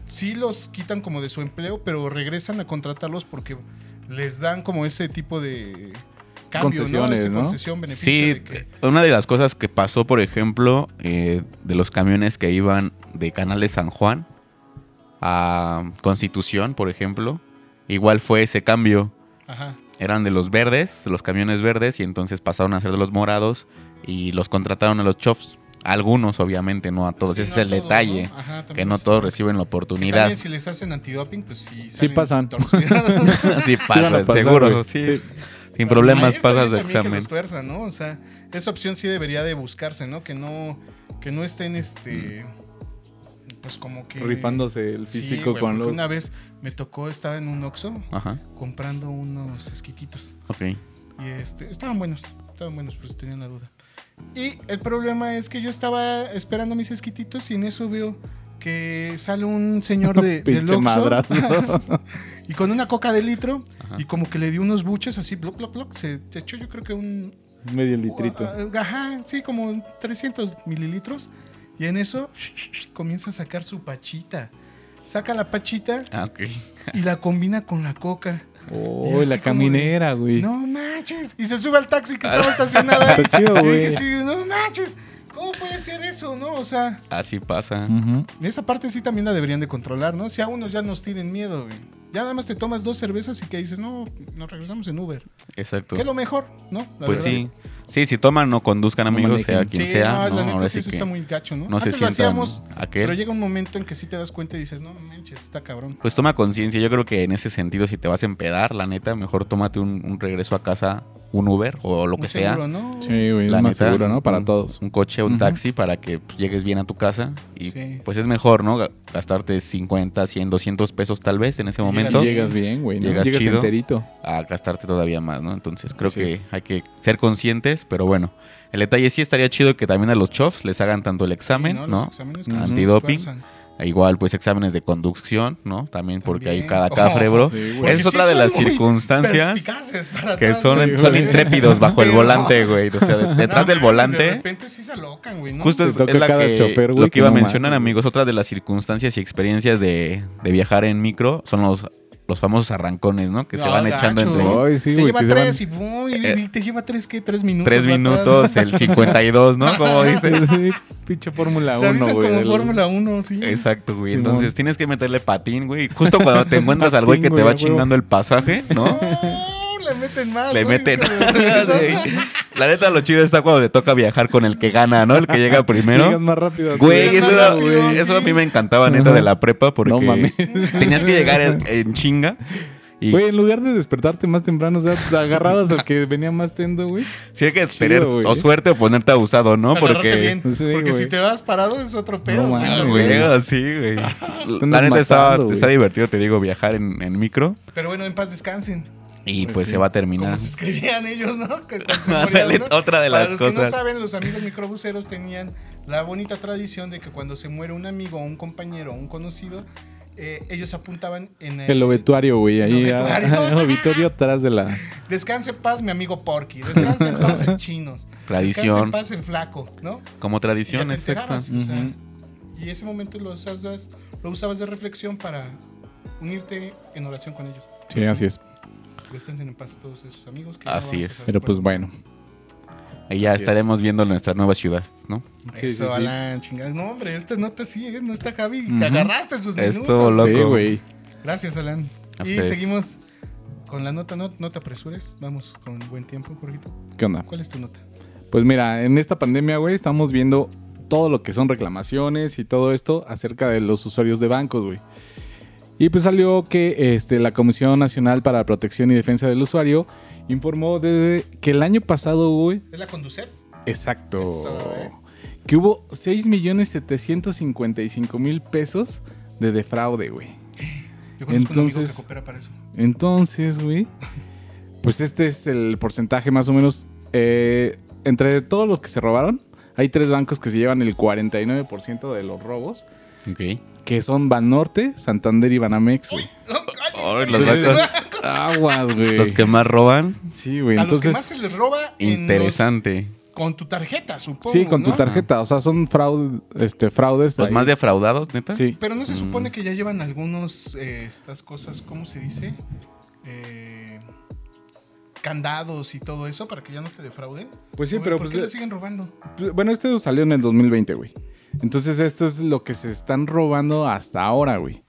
Speaker 1: sí los quitan como de su empleo, pero regresan a contratarlos porque les dan como ese tipo de cambio, ¿no?
Speaker 2: Concesiones,
Speaker 1: Ese
Speaker 2: ¿no?
Speaker 1: concesión, beneficio
Speaker 3: Sí,
Speaker 1: de que-
Speaker 3: una de las cosas que pasó, por ejemplo, eh, de los camiones que iban de Canal de San Juan a Constitución, por ejemplo, igual fue ese cambio.
Speaker 1: Ajá.
Speaker 3: Eran de los verdes, los camiones verdes, y entonces pasaron a ser de los morados y los contrataron a los chofs. Algunos, obviamente, no a todos.
Speaker 1: Sí,
Speaker 3: Ese
Speaker 1: no
Speaker 3: es el
Speaker 1: todos,
Speaker 3: detalle,
Speaker 1: ¿no? Ajá,
Speaker 3: que
Speaker 1: también
Speaker 3: no
Speaker 1: es-
Speaker 3: todos reciben la
Speaker 1: que
Speaker 3: oportunidad.
Speaker 1: También si les hacen antidoping, pues sí. salen
Speaker 2: pasan.
Speaker 1: torcidos.
Speaker 3: Así
Speaker 2: Sí van a
Speaker 3: pasa,
Speaker 2: pasar,
Speaker 3: seguro.
Speaker 2: güey.
Speaker 3: sí.
Speaker 2: Sí.
Speaker 3: Sin problemas
Speaker 1: Ahí está
Speaker 3: pasas
Speaker 1: bien
Speaker 3: de
Speaker 1: también que
Speaker 3: examen.
Speaker 1: los tuerzan, ¿no? O sea, esa opción sí debería de buscarse, ¿no? Que no, que no estén, este,
Speaker 3: Mm.
Speaker 1: pues como que...
Speaker 2: Rifándose el
Speaker 1: Sí,
Speaker 2: físico
Speaker 1: güey,
Speaker 2: con
Speaker 1: porque
Speaker 2: los.
Speaker 1: Una vez me tocó, estaba en un Oxxo
Speaker 3: Ajá,
Speaker 1: comprando unos esquititos.
Speaker 3: ok.
Speaker 1: Y este, estaban buenos, estaban buenos, pues tenían la duda. Y el problema es que yo estaba esperando mis esquititos y en eso veo que sale un señor de, del
Speaker 2: Pinche
Speaker 1: Oxxo
Speaker 2: madrazo.
Speaker 1: y con una coca de litro
Speaker 3: Ajá.
Speaker 1: y como que le dio unos buches así, bloc, bloc, bloc. Se, se echó yo creo que un,
Speaker 2: Medio litrito.
Speaker 1: Uh, Ajá, sí, como 300 mililitros. Y en eso comienza a sacar su pachita. Saca la pachita
Speaker 3: Ah, ok.
Speaker 1: y la combina con la coca.
Speaker 2: Oh,
Speaker 1: Y así
Speaker 2: la
Speaker 1: como
Speaker 2: caminera, güey.
Speaker 1: No manches. Y se sube al taxi que estaba estacionado ahí.
Speaker 2: Está chido,
Speaker 1: Y
Speaker 2: güey.
Speaker 1: dije, sí, no manches. ¿Cómo puede ser eso, no? O sea,
Speaker 3: Así pasa.
Speaker 1: Mm.
Speaker 2: Ujú.
Speaker 1: esa parte sí también la deberían de controlar, ¿no? Si a unos ya nos tienen miedo, güey. Ya nada más te tomas dos cervezas y que dices, no, nos regresamos en Uber.
Speaker 3: Exacto.
Speaker 1: Que es lo mejor, ¿no? La
Speaker 3: Pues
Speaker 1: verdad.
Speaker 3: sí. Sí, si toman, no conduzcan,
Speaker 2: No
Speaker 3: amigos,
Speaker 2: manejen.
Speaker 3: sea quien
Speaker 1: Sí, no,
Speaker 3: sea. No,
Speaker 1: la neta
Speaker 3: Ahora
Speaker 1: sí,
Speaker 3: sí
Speaker 1: eso
Speaker 3: que
Speaker 1: está muy gacho, ¿no?
Speaker 3: no se
Speaker 1: Antes lo
Speaker 3: sientan
Speaker 1: hacíamos,
Speaker 3: aquel.
Speaker 1: Pero llega un momento en que sí te das cuenta y dices, no manches, está cabrón.
Speaker 3: Pues toma conciencia. Yo creo que en ese sentido, si te vas a empedar, la neta, mejor tómate un, un regreso a casa, un Uber o lo que
Speaker 1: Un
Speaker 3: sea.
Speaker 1: seguro, ¿no?
Speaker 2: Sí, güey.
Speaker 3: La
Speaker 2: Es más
Speaker 3: neta,
Speaker 2: seguro, ¿no? Para
Speaker 3: un-
Speaker 2: todos.
Speaker 3: Un coche, un
Speaker 2: Ujú.
Speaker 3: taxi para que pues, llegues bien a tu casa. Y
Speaker 1: Sí.
Speaker 3: pues es mejor, ¿no? Ga- Gastarte 50, 100, 200 pesos tal vez en ese
Speaker 1: Y
Speaker 2: Y
Speaker 3: momento.
Speaker 1: ¿Entonces?
Speaker 2: llegas bien, güey. ¿no?
Speaker 3: Llegas
Speaker 2: Llegas,
Speaker 3: chido.
Speaker 2: enterito.
Speaker 3: a gastarte todavía más, ¿no? Entonces creo
Speaker 2: Sí.
Speaker 3: que hay que ser conscientes, pero bueno, el detalle sí estaría chido que también a los chofs les hagan tanto el examen,
Speaker 1: Sí,
Speaker 3: ¿no? Mm.
Speaker 1: Los exámenes que nos
Speaker 3: Antidoping.
Speaker 1: pasan.
Speaker 3: Igual, pues exámenes de conducción, ¿no? También porque hay cada
Speaker 1: También.
Speaker 3: cafre, bro.
Speaker 2: Sí, güey.
Speaker 3: Esa es
Speaker 1: Porque
Speaker 3: otra
Speaker 1: sí
Speaker 3: de
Speaker 1: son
Speaker 3: las
Speaker 1: muy
Speaker 3: circunstancias
Speaker 1: perspicaces para
Speaker 3: que
Speaker 1: todas
Speaker 3: son,
Speaker 1: las-
Speaker 3: son intrépidos bajo el
Speaker 1: Pero-
Speaker 3: volante, güey. O sea, de- detrás
Speaker 1: No, mames, De
Speaker 3: del volante.
Speaker 1: repente sí se alocan, güey. ¿no?
Speaker 3: Justo
Speaker 2: Te
Speaker 3: es,
Speaker 2: toca
Speaker 3: es la
Speaker 2: cada
Speaker 3: que,
Speaker 2: chofer, güey,
Speaker 3: lo
Speaker 2: que
Speaker 3: que iba a
Speaker 2: no
Speaker 3: mencionar,
Speaker 2: mames.
Speaker 3: amigos. Otra de las circunstancias y experiencias de, de viajar en micro son los, los famosos arrancones, ¿no? Que se
Speaker 1: No,
Speaker 3: van echando
Speaker 1: gacho.
Speaker 3: entre
Speaker 2: Ay, sí,
Speaker 1: te
Speaker 2: güey,
Speaker 1: lleva
Speaker 2: que se
Speaker 1: tres
Speaker 2: van-
Speaker 1: y, boom, y- y te lleva tres, ¿qué? Tres minutos.
Speaker 3: eh, tres
Speaker 1: va atrás.
Speaker 3: minutos, el 52, ¿no? Como dices.
Speaker 2: Sí, pinche Fórmula
Speaker 1: Se
Speaker 2: 1,
Speaker 1: avisan
Speaker 2: güey.
Speaker 1: como
Speaker 2: del-
Speaker 1: Fórmula 1, sí.
Speaker 3: Exacto, güey.
Speaker 2: Simón.
Speaker 3: Entonces tienes que meterle patín, güey. Justo cuando te encuentras al güey que
Speaker 2: Patín,
Speaker 3: te
Speaker 2: güey,
Speaker 3: va
Speaker 2: a huevo.
Speaker 3: chingando el pasaje, ¿no?
Speaker 1: No, le meten más.
Speaker 3: Le
Speaker 1: güey,
Speaker 3: meten.
Speaker 1: hijo de-
Speaker 3: Sí. La neta, lo chido está cuando te toca viajar con el que gana, ¿no? El que llega
Speaker 2: Llegas
Speaker 3: primero.
Speaker 2: más rápido.
Speaker 3: Güey,
Speaker 1: Llegas
Speaker 3: eso,
Speaker 1: más
Speaker 3: era-
Speaker 1: rápido,
Speaker 3: eso
Speaker 1: sí.
Speaker 3: a mí me encantaba, neta,
Speaker 2: Ajá.
Speaker 3: de la prepa, porque
Speaker 2: No mames.
Speaker 3: tenías que llegar en, en chinga. Y
Speaker 2: Güey, en lugar de despertarte más temprano, o sea, te agarrabas al que venía más tendo, güey.
Speaker 3: sí hay que
Speaker 2: chido,
Speaker 3: tener
Speaker 2: güey.
Speaker 3: o suerte o ponerte abusado, ¿no?
Speaker 1: Agarrarte
Speaker 3: Porque.
Speaker 1: bien,
Speaker 2: Sí,
Speaker 1: porque
Speaker 2: güey.
Speaker 1: si te vas parado es otro pedo.
Speaker 2: No
Speaker 1: güey.
Speaker 2: mames,
Speaker 3: Ah,
Speaker 2: güey.
Speaker 3: güey, así, güey. La neta
Speaker 2: Ah, matando,
Speaker 3: está,
Speaker 2: güey.
Speaker 3: está divertido, te digo, viajar en, en micro.
Speaker 1: Pero bueno, en paz descansen.
Speaker 3: Y
Speaker 2: Pues
Speaker 3: pues,
Speaker 2: sí.
Speaker 3: se va a terminar.
Speaker 1: Como se escribían ellos, ¿no? Que con su
Speaker 3: Ándale,
Speaker 1: monedas, ¿no?
Speaker 3: otra de
Speaker 1: Para
Speaker 3: las
Speaker 1: los que no
Speaker 3: cosas.
Speaker 1: saben, los amigos microbuseros tenían la bonita tradición de que cuando se muere un amigo, un compañero, un conocido, eh, ellos apuntaban en el,
Speaker 2: El obetuario, güey.
Speaker 1: El
Speaker 2: Ahí, ah,
Speaker 1: obetuario.
Speaker 2: el obetuario atrás de la.
Speaker 1: Descanse en paz, mi amigo Porky. Descanse en paz, el chinos. Descanse en
Speaker 3: Tradición.
Speaker 1: paz, el flaco, ¿no?
Speaker 3: Como
Speaker 1: Y ya
Speaker 3: tradición,
Speaker 1: te
Speaker 3: exacto.
Speaker 1: enterabas, o sea,
Speaker 2: Ujú.
Speaker 1: Y ese momento lo usabas, lo usabas de reflexión para unirte en oración con ellos.
Speaker 2: Sí, así es.
Speaker 1: Descansen en paz todos esos amigos. Que
Speaker 3: Así es.
Speaker 2: Pero pues bueno.
Speaker 3: Y ya
Speaker 2: Así es.
Speaker 3: estaremos viendo nuestra nueva ciudad, ¿no?
Speaker 2: Sí,
Speaker 1: Eso,
Speaker 2: sí, sí.
Speaker 1: Alan, chingados. No, hombre, este no te sigue, no está Javi.
Speaker 2: Ujú.
Speaker 1: Te agarraste sus
Speaker 3: Estuvo
Speaker 1: minutos.
Speaker 3: loco.
Speaker 2: Sí, güey.
Speaker 1: Gracias, Alan.
Speaker 3: A
Speaker 1: y
Speaker 3: ustedes.
Speaker 1: seguimos con la nota. No, no te apresures. Vamos con buen tiempo, Jorgito.
Speaker 2: ¿Qué onda?
Speaker 1: ¿Cuál es tu nota?
Speaker 2: Pues mira, en esta pandemia, güey, estamos viendo todo lo que son reclamaciones y todo esto acerca de los usuarios de bancos, güey. Y pues salió que este, la Comisión Nacional para la Protección y Defensa del Usuario informó de que el año pasado, güey,
Speaker 1: ¿Es la Conducep?
Speaker 2: exacto,
Speaker 1: Eso, eh.
Speaker 2: que hubo 6.755.000 pesos de defraude, güey.
Speaker 1: Yo conozco un amigo
Speaker 2: Entonces-
Speaker 1: que coopera para eso.
Speaker 2: Entonces, güey, pues este es el porcentaje más o menos. eh, entre todos los que se robaron, hay tres bancos que se llevan el 49% de los robos,
Speaker 3: Ok.
Speaker 2: que son Banorte, Santander y Banamex, güey.
Speaker 3: Ay, los,
Speaker 2: Entonces,
Speaker 3: vatos-
Speaker 2: Aguas, güey.
Speaker 3: los que más roban,
Speaker 2: Sí, güey.
Speaker 1: A los que
Speaker 2: Entonces,
Speaker 1: más se les roba en
Speaker 3: interesante.
Speaker 1: los- con tu tarjeta, supongo.
Speaker 2: sí, con tu
Speaker 1: ¿no?
Speaker 2: tarjeta. O sea, son fraude, este, fraudes.
Speaker 3: Los
Speaker 2: ahí.
Speaker 3: más defraudados, neta.
Speaker 2: Sí.
Speaker 1: Pero no se
Speaker 3: Mm.
Speaker 1: supone que ya llevan algunos eh, estas cosas, ¿cómo se dice? Eh, candados y todo eso para que ya no te defrauden.
Speaker 2: Pues sí,
Speaker 1: Güey,
Speaker 2: pero
Speaker 1: ¿Por
Speaker 2: pues,
Speaker 1: qué
Speaker 2: eh,
Speaker 1: lo siguen robando?
Speaker 2: Pues, Bueno, este salió en el 2020, güey. Entonces, esto es lo que se están robando hasta ahora, güey.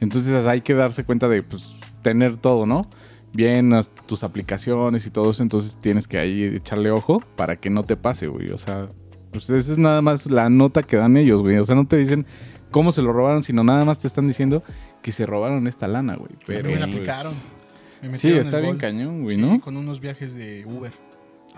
Speaker 2: Entonces, hay que darse cuenta de, pues, tener todo, ¿no? Bien, las- tus aplicaciones y todo eso. Entonces, tienes que ahí echarle ojo para que no te pase, güey. O sea, pues, esa es nada más la nota que dan ellos, güey. O sea, no te dicen cómo se lo robaron, sino nada más te están diciendo que se robaron esta lana, güey.
Speaker 1: A
Speaker 2: Pero,
Speaker 1: mí me la
Speaker 2: pues,
Speaker 1: aplicaron. Me
Speaker 2: Sí,
Speaker 1: metieron
Speaker 2: está
Speaker 1: el
Speaker 2: bien
Speaker 1: gol.
Speaker 2: cañón, güey,
Speaker 1: Sí,
Speaker 2: ¿no?
Speaker 1: Con unos viajes de Uber.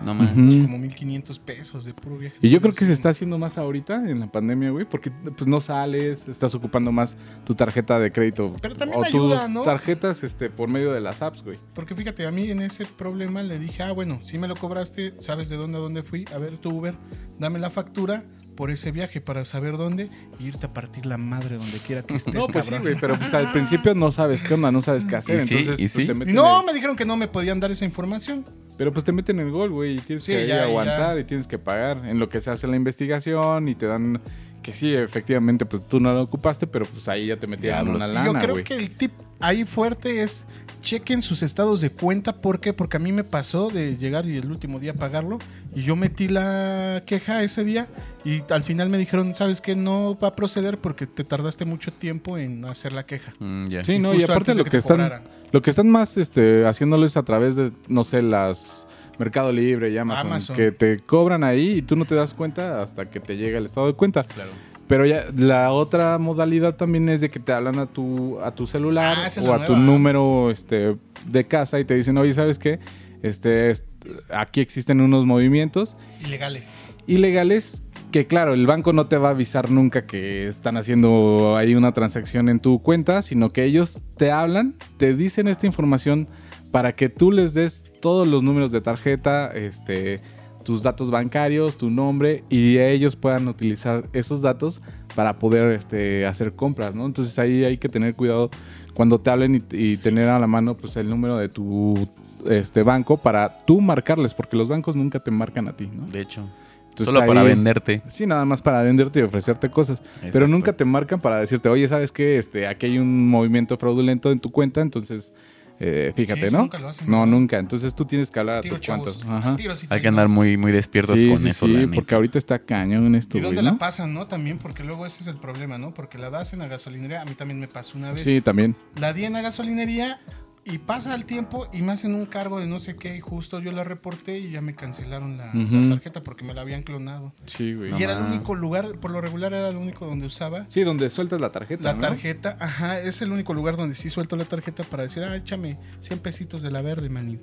Speaker 3: No
Speaker 2: Ujú.
Speaker 3: mames.
Speaker 1: Como 1500 pesos de puro viaje.
Speaker 2: Y
Speaker 1: de
Speaker 2: yo
Speaker 1: Uber,
Speaker 2: creo que se
Speaker 1: sí.
Speaker 2: está haciendo más ahorita en la pandemia, güey, porque pues no sales, estás ocupando más tu tarjeta de crédito.
Speaker 1: Pero también
Speaker 2: o tus
Speaker 1: ayuda, ¿no?
Speaker 2: tarjetas este, por medio de las apps, güey.
Speaker 1: Porque fíjate, a mí en ese problema le dije, ah, bueno, si me lo cobraste, sabes de dónde a dónde fui, a ver tu Uber, dame la factura por ese viaje para saber dónde e irte a partir la madre donde quiera que estés.
Speaker 2: No, pues sí,
Speaker 1: cabrón.
Speaker 2: güey, pero pues al principio no sabes qué onda, no sabes qué hacer,
Speaker 3: Ah. ¿Y sí?
Speaker 2: entonces
Speaker 3: ¿Y
Speaker 2: pues,
Speaker 3: sí?
Speaker 2: te
Speaker 1: Y
Speaker 2: meten
Speaker 1: no,
Speaker 2: el-
Speaker 1: me dijeron que no me podían dar esa información.
Speaker 2: pero pues te meten el gol, güey, y tienes
Speaker 1: Sí,
Speaker 2: que ahí
Speaker 1: ya, ya.
Speaker 2: aguantar y tienes que pagar en lo que se hace la investigación y te dan que sí, efectivamente, pues tú no la ocupaste, pero pues ahí ya te metieron
Speaker 3: Diablos.
Speaker 2: una
Speaker 3: Sí,
Speaker 1: Pues Sí,
Speaker 2: lana,
Speaker 1: yo creo
Speaker 2: güey.
Speaker 1: que el tip ahí fuerte es chequen sus estados de cuenta. ¿Por qué? Porque a mí me pasó de llegar y el último día pagarlo. Y yo metí la queja ese día. Y al final me dijeron, ¿sabes qué? No va a proceder porque te tardaste mucho tiempo en hacer la queja.
Speaker 3: Mm, ya.
Speaker 2: Sí, no, y
Speaker 1: Justo
Speaker 2: aparte
Speaker 1: antes de
Speaker 2: lo
Speaker 1: que
Speaker 2: que,
Speaker 1: te
Speaker 2: están
Speaker 1: cobraran.
Speaker 2: lo que están más este haciéndolo es a través de no sé, las Mercado Libre y Amazon,
Speaker 1: Amazon.
Speaker 2: que te cobran ahí y tú no te das cuenta hasta que te llega el estado de cuenta.
Speaker 1: Claro.
Speaker 2: Pero ya la otra modalidad también es de que te hablan a tu a tu celular
Speaker 1: Ah, esa es
Speaker 2: o
Speaker 1: la
Speaker 2: a tu
Speaker 1: nueva.
Speaker 2: número este de casa y te dicen, "Oye, ¿sabes qué? Este est- aquí existen unos movimientos
Speaker 1: Ilegales.
Speaker 2: ilegales que claro, el banco no te va a avisar nunca que están haciendo ahí una transacción en tu cuenta, sino que ellos te hablan, te dicen esta información para que tú les des todos los números de tarjeta, este, tus datos bancarios, tu nombre y ellos puedan utilizar esos datos para poder este, hacer compras, ¿no? Entonces ahí hay que tener cuidado cuando te hablen y, y tener a la mano pues el número de tu este banco para tú marcarles, porque los bancos nunca te marcan a ti, ¿no?
Speaker 3: De hecho.
Speaker 2: Entonces,
Speaker 3: solo para
Speaker 2: ahí-
Speaker 3: venderte.
Speaker 2: Sí, nada más para venderte y ofrecerte cosas. Pero
Speaker 3: Exacto.
Speaker 2: nunca te marcan para decirte, oye, ¿sabes qué? Este, aquí hay un movimiento fraudulento en tu cuenta, entonces eh, fíjate,
Speaker 1: Sí, eso
Speaker 2: ¿no?
Speaker 1: nunca lo hacen,
Speaker 2: no,
Speaker 1: ¿no?
Speaker 2: nunca. Entonces tú tienes que hablar a
Speaker 1: Tiro,
Speaker 2: tus cuantos.
Speaker 1: chavos.
Speaker 2: Ah, pues, Ajá.
Speaker 1: Tiro, sí,
Speaker 3: Hay que
Speaker 1: tiro.
Speaker 3: andar muy, muy despiertos
Speaker 2: Sí,
Speaker 3: con
Speaker 2: sí,
Speaker 3: eso,
Speaker 2: sí,
Speaker 3: la neta.
Speaker 2: porque ahorita está cañón esto,
Speaker 1: ¿Y
Speaker 2: güey,
Speaker 1: dónde
Speaker 2: ¿no?
Speaker 1: la pasan, no? También, porque luego ese es el problema, ¿no? Porque la das en la gasolinería, a mí también me pasó una vez.
Speaker 2: Sí, también.
Speaker 1: La di en la gasolinería y pasa el tiempo y me hacen un cargo de no sé qué y justo yo la reporté y ya me cancelaron la, la
Speaker 2: Ujú.
Speaker 1: tarjeta porque me la habían clonado.
Speaker 2: Sí, güey.
Speaker 3: No
Speaker 1: y era el
Speaker 3: mames.
Speaker 1: único lugar, por lo regular era el único donde usaba
Speaker 2: Sí, donde sueltas la tarjeta.
Speaker 1: la
Speaker 2: ¿no?
Speaker 1: tarjeta. Ajá, es el único lugar donde sí suelto la tarjeta para decir, ah, échame 100 pesitos de la verde, maní.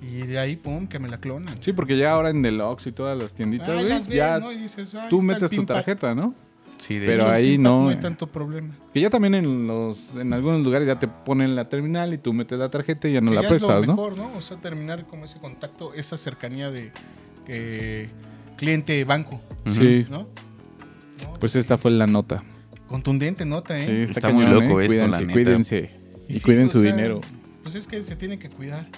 Speaker 1: Y de ahí, pum, que me la clonan.
Speaker 2: Sí, porque ya ahora en el Ox y todas las tienditas,
Speaker 1: Ahí
Speaker 2: güey,
Speaker 1: las ves,
Speaker 2: ya
Speaker 1: ¿no? Y dices, "Ah,
Speaker 2: tú
Speaker 1: ahí está el
Speaker 2: metes tu
Speaker 1: pin pad".
Speaker 2: tarjeta, ¿no?
Speaker 3: Sí, de
Speaker 2: Pero
Speaker 3: hecho.
Speaker 1: Sí, el
Speaker 2: ahí
Speaker 1: pin pad
Speaker 2: no,
Speaker 1: No hay
Speaker 2: eh.
Speaker 1: tanto problema.
Speaker 2: Que ya también en los en algunos lugares ya te ponen la terminal y tú metes la tarjeta y ya no
Speaker 1: Que
Speaker 2: la
Speaker 1: ya
Speaker 2: prestas,
Speaker 1: es lo
Speaker 2: ¿no?
Speaker 1: mejor, ¿no? O sea, terminar como ese contacto, esa cercanía de eh, cliente-banco,
Speaker 2: Sí.
Speaker 1: ¿no? No,
Speaker 2: Pues esta fue la nota.
Speaker 1: Contundente nota,
Speaker 2: Sí,
Speaker 1: ¿eh?
Speaker 2: está,
Speaker 3: Está muy
Speaker 2: cañón,
Speaker 3: loco
Speaker 2: ¿eh?
Speaker 3: esto,
Speaker 2: cuídense,
Speaker 3: la neta.
Speaker 2: Cuídense. Y, cuiden
Speaker 1: sí,
Speaker 2: su
Speaker 1: o sea,
Speaker 2: dinero.
Speaker 1: Pues es que se tienen que cuidar.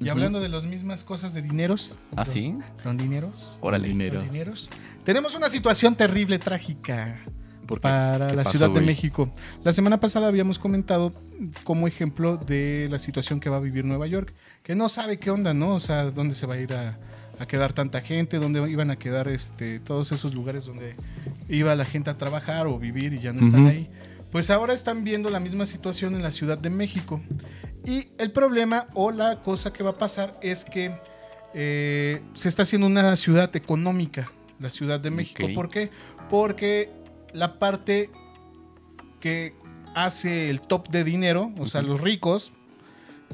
Speaker 1: Y
Speaker 2: Ujú.
Speaker 1: hablando de las mismas cosas de dineros.
Speaker 3: ¿Ah, sí?
Speaker 1: los- Don dineros.
Speaker 3: Órale.
Speaker 1: Don dineros. Tenemos una situación terrible, trágica.
Speaker 3: ¿Por qué?
Speaker 1: para
Speaker 3: ¿Qué
Speaker 1: la
Speaker 3: pasó,
Speaker 1: Ciudad de
Speaker 3: güey?
Speaker 1: México. La semana pasada habíamos comentado como ejemplo de la situación que va a vivir Nueva York, que no sabe qué onda, ¿no? O sea, dónde se va a ir a, a quedar tanta gente, dónde iban a quedar este, todos esos lugares donde iba la gente a trabajar o vivir y ya no están
Speaker 2: Ujú.
Speaker 1: ahí. Pues ahora están viendo la misma situación en la Ciudad de México. Y el problema o la cosa que va a pasar es que eh, se está haciendo una ciudad económica, la Ciudad de México.
Speaker 3: Ok.
Speaker 1: ¿Por qué? Porque la parte que hace el top de dinero, o sea, los ricos,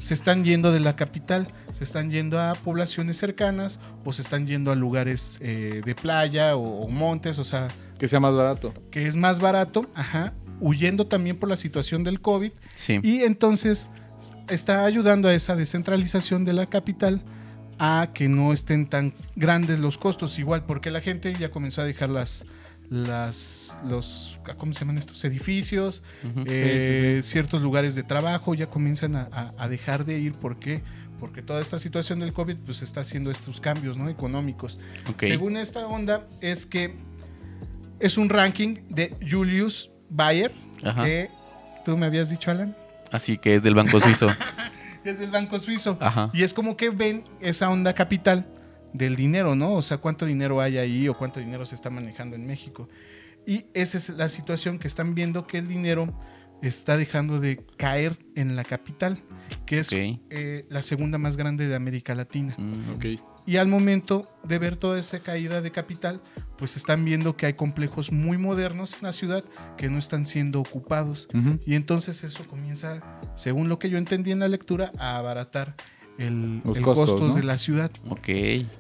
Speaker 1: se están yendo de la capital, se están yendo a poblaciones cercanas o se están yendo a lugares eh, de playa o, o montes, o sea,
Speaker 2: Que sea más barato.
Speaker 1: que es más barato, ajá, huyendo también por la situación del COVID
Speaker 3: Sí.
Speaker 1: y entonces está ayudando a esa descentralización de la capital a que no estén tan grandes los costos igual porque la gente ya comenzó a dejar las las los cómo se llaman estos edificios
Speaker 3: Ujú.
Speaker 1: eh, ciertos lugares de trabajo ya comienzan a, a- a dejar de ir porque porque toda esta situación del covid pues está haciendo estos cambios no económicos
Speaker 3: Ok.
Speaker 1: según esta onda, es que es un ranking de Julius Bayer,
Speaker 3: Ajá.
Speaker 1: que tú me habías dicho, Alan,
Speaker 3: Así que es del Banco Suizo.
Speaker 1: es del Banco Suizo.
Speaker 3: Ajá.
Speaker 1: Y es como que ven esa onda capital del dinero, ¿no? O sea, cuánto dinero hay ahí o cuánto dinero se está manejando en México. Y esa es la situación que están viendo que el dinero está dejando de caer en la capital, que es
Speaker 3: Ok.
Speaker 1: eh, la segunda más grande de América Latina.
Speaker 3: Mm,
Speaker 1: Y al momento de ver toda esa caída de capital, pues están viendo que hay complejos muy modernos en la ciudad que no están siendo ocupados.
Speaker 2: Ujú.
Speaker 1: Y entonces eso comienza, según lo que yo entendí en la lectura, a abaratar el,
Speaker 2: Los
Speaker 1: el
Speaker 2: costos,
Speaker 1: costo
Speaker 2: ¿no?
Speaker 1: de la ciudad.
Speaker 3: Ok.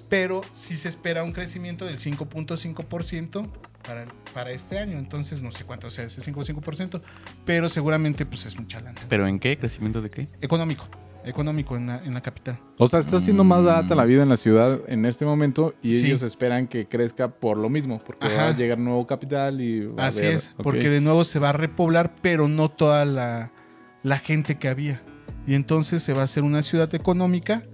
Speaker 1: Pero sí se espera un crecimiento del 5.5% para, para este año. Entonces no sé cuánto sea ese 5.5%, pero seguramente pues es mucha lana.
Speaker 3: ¿Pero en qué? ¿Crecimiento de qué?
Speaker 1: Económico, económico en la, en la capital.
Speaker 2: O sea, está siendo más barata la vida en la ciudad en este momento y
Speaker 1: Sí.
Speaker 2: ellos esperan que crezca por lo mismo, porque va a
Speaker 1: Ajá.
Speaker 2: llegar nuevo capital y... va a
Speaker 1: Así
Speaker 2: haber-
Speaker 1: es,
Speaker 2: ok.
Speaker 1: porque de nuevo se va a repoblar, pero no toda la, la gente que había. Y entonces se va a hacer una ciudad económica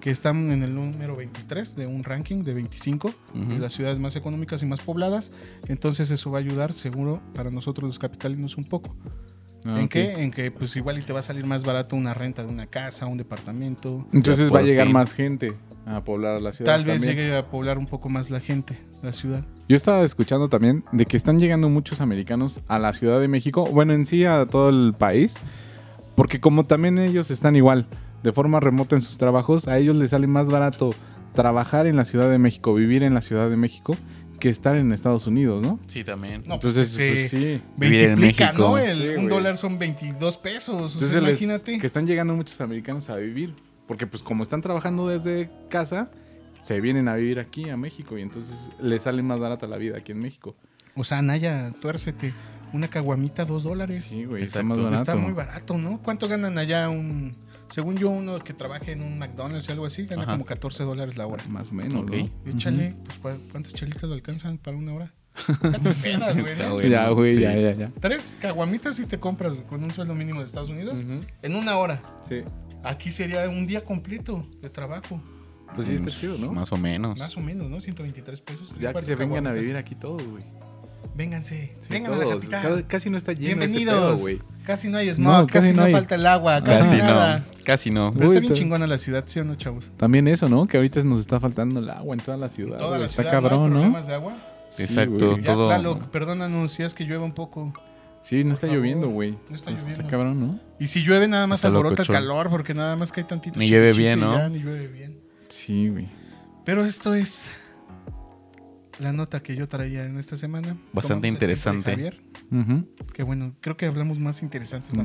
Speaker 1: que está en el número 23 de un ranking de 25 de
Speaker 3: Ujú.
Speaker 1: las ciudades más económicas y más pobladas. Entonces eso va a ayudar, seguro, para nosotros los capitalinos un poco.
Speaker 2: Ah,
Speaker 1: ¿En
Speaker 2: ok.
Speaker 1: qué? En que pues igual y te va a salir más barato una renta de una casa, un departamento.
Speaker 2: Entonces
Speaker 3: Ya
Speaker 2: va a
Speaker 3: por
Speaker 2: llegar
Speaker 3: fin.
Speaker 2: más gente a poblar la ciudad.
Speaker 1: Tal vez
Speaker 2: también.
Speaker 1: llegue a poblar un poco más la gente, la ciudad.
Speaker 2: Yo estaba escuchando también de que están llegando muchos americanos a la Ciudad de México, bueno, en sí a todo el país, porque como también ellos están igual, de forma remota en sus trabajos, a ellos les sale más barato trabajar en la Ciudad de México, vivir en la Ciudad de México, que estar en Estados Unidos, ¿no?
Speaker 3: Sí, también.
Speaker 1: No, pues,
Speaker 2: Entonces,
Speaker 1: que
Speaker 2: pues,
Speaker 1: se
Speaker 2: sí.
Speaker 3: Vivir en
Speaker 1: Multiplica,
Speaker 3: México.
Speaker 1: ¿no? El-
Speaker 2: Sí, güey.
Speaker 1: un dólar son 22 pesos. o sea,
Speaker 2: Entonces, les-
Speaker 1: imagínate.
Speaker 2: que están llegando muchos americanos a vivir, porque pues como están trabajando desde casa, se vienen a vivir aquí a México y entonces les sale más barata la vida aquí en México.
Speaker 1: O sea, Naya, tuércete. Una caguamita, dos dólares.
Speaker 2: Sí, güey, está
Speaker 3: Exacto.
Speaker 2: más barato.
Speaker 1: Está muy barato, ¿no? ¿Cuánto ganan allá un... Según yo, uno que trabaje en un McDonald's o algo así, gana
Speaker 3: Ajá.
Speaker 1: como 14 dólares la hora.
Speaker 2: Más o menos,
Speaker 3: Ok.
Speaker 2: ¿no?
Speaker 1: Échale, pues, ¿cu- ¿cuántas chelitas le alcanzan para una hora? Pedas, güey.
Speaker 3: Está
Speaker 1: ¿eh?
Speaker 3: bueno,
Speaker 2: ya, güey,
Speaker 3: sí.
Speaker 2: ya, ya, ya.
Speaker 1: Tres caguamitas si te compras güey, con un sueldo mínimo de Estados Unidos
Speaker 2: Ujú.
Speaker 1: en una hora.
Speaker 2: Sí.
Speaker 1: Aquí sería un día completo de trabajo,
Speaker 2: Pues sí, está
Speaker 3: Mm,
Speaker 2: chido, ¿no?
Speaker 3: Más o menos.
Speaker 1: más o menos, ¿no? 123 pesos.
Speaker 2: Ya que
Speaker 1: Cuatro
Speaker 2: se vengan a
Speaker 1: caguamitas.
Speaker 2: vivir aquí todos, güey.
Speaker 1: Vénganse,
Speaker 2: Sí,
Speaker 1: vengan a la
Speaker 2: todos.
Speaker 1: capital.
Speaker 2: Cada- Casi no está lleno
Speaker 1: Bienvenidos.
Speaker 2: este pedo,
Speaker 1: casi no hay
Speaker 2: No,
Speaker 1: smog,
Speaker 2: casi
Speaker 1: casi,
Speaker 2: no
Speaker 1: no
Speaker 2: hay. Ah,
Speaker 1: falta el agua, casi
Speaker 3: Casi
Speaker 1: nada.
Speaker 3: no. Casi no.
Speaker 1: Pero está bien
Speaker 2: Uy,
Speaker 1: chingona la ciudad, ¿sí o no, chavos?
Speaker 2: güey. También eso, ¿no? Que ahorita nos está faltando el agua en toda la ciudad.
Speaker 1: Toda
Speaker 2: güey.
Speaker 1: la
Speaker 2: está
Speaker 1: ciudad no hay
Speaker 2: cabrón, ¿no?
Speaker 1: problemas de agua.
Speaker 2: Sí,
Speaker 3: Exacto.
Speaker 2: güey.
Speaker 1: Ya,
Speaker 3: Todo-
Speaker 1: Tlaloc, perdónanos si es que llueva un poco.
Speaker 2: Sí, no
Speaker 1: Por
Speaker 2: está
Speaker 1: favor.
Speaker 2: lloviendo, güey. Pues,
Speaker 1: No está
Speaker 2: Está
Speaker 1: lloviendo.
Speaker 2: cabrón, ¿no?
Speaker 1: Y si llueve nada más
Speaker 3: Está
Speaker 1: alborota el
Speaker 3: locochón.
Speaker 1: calor porque nada más cae tantito.
Speaker 3: Ni llueve
Speaker 1: chiquichito
Speaker 3: bien,
Speaker 1: y
Speaker 3: ¿no?
Speaker 1: ya, ni llueve bien.
Speaker 2: Sí, güey.
Speaker 1: Pero esto es la nota que yo traía en esta semana.
Speaker 3: Bastante
Speaker 1: Tomamos el tiempo de
Speaker 3: interesante.
Speaker 1: Javier,
Speaker 2: Ujú.
Speaker 1: que bueno, creo que hablamos más interesantes. ¿no?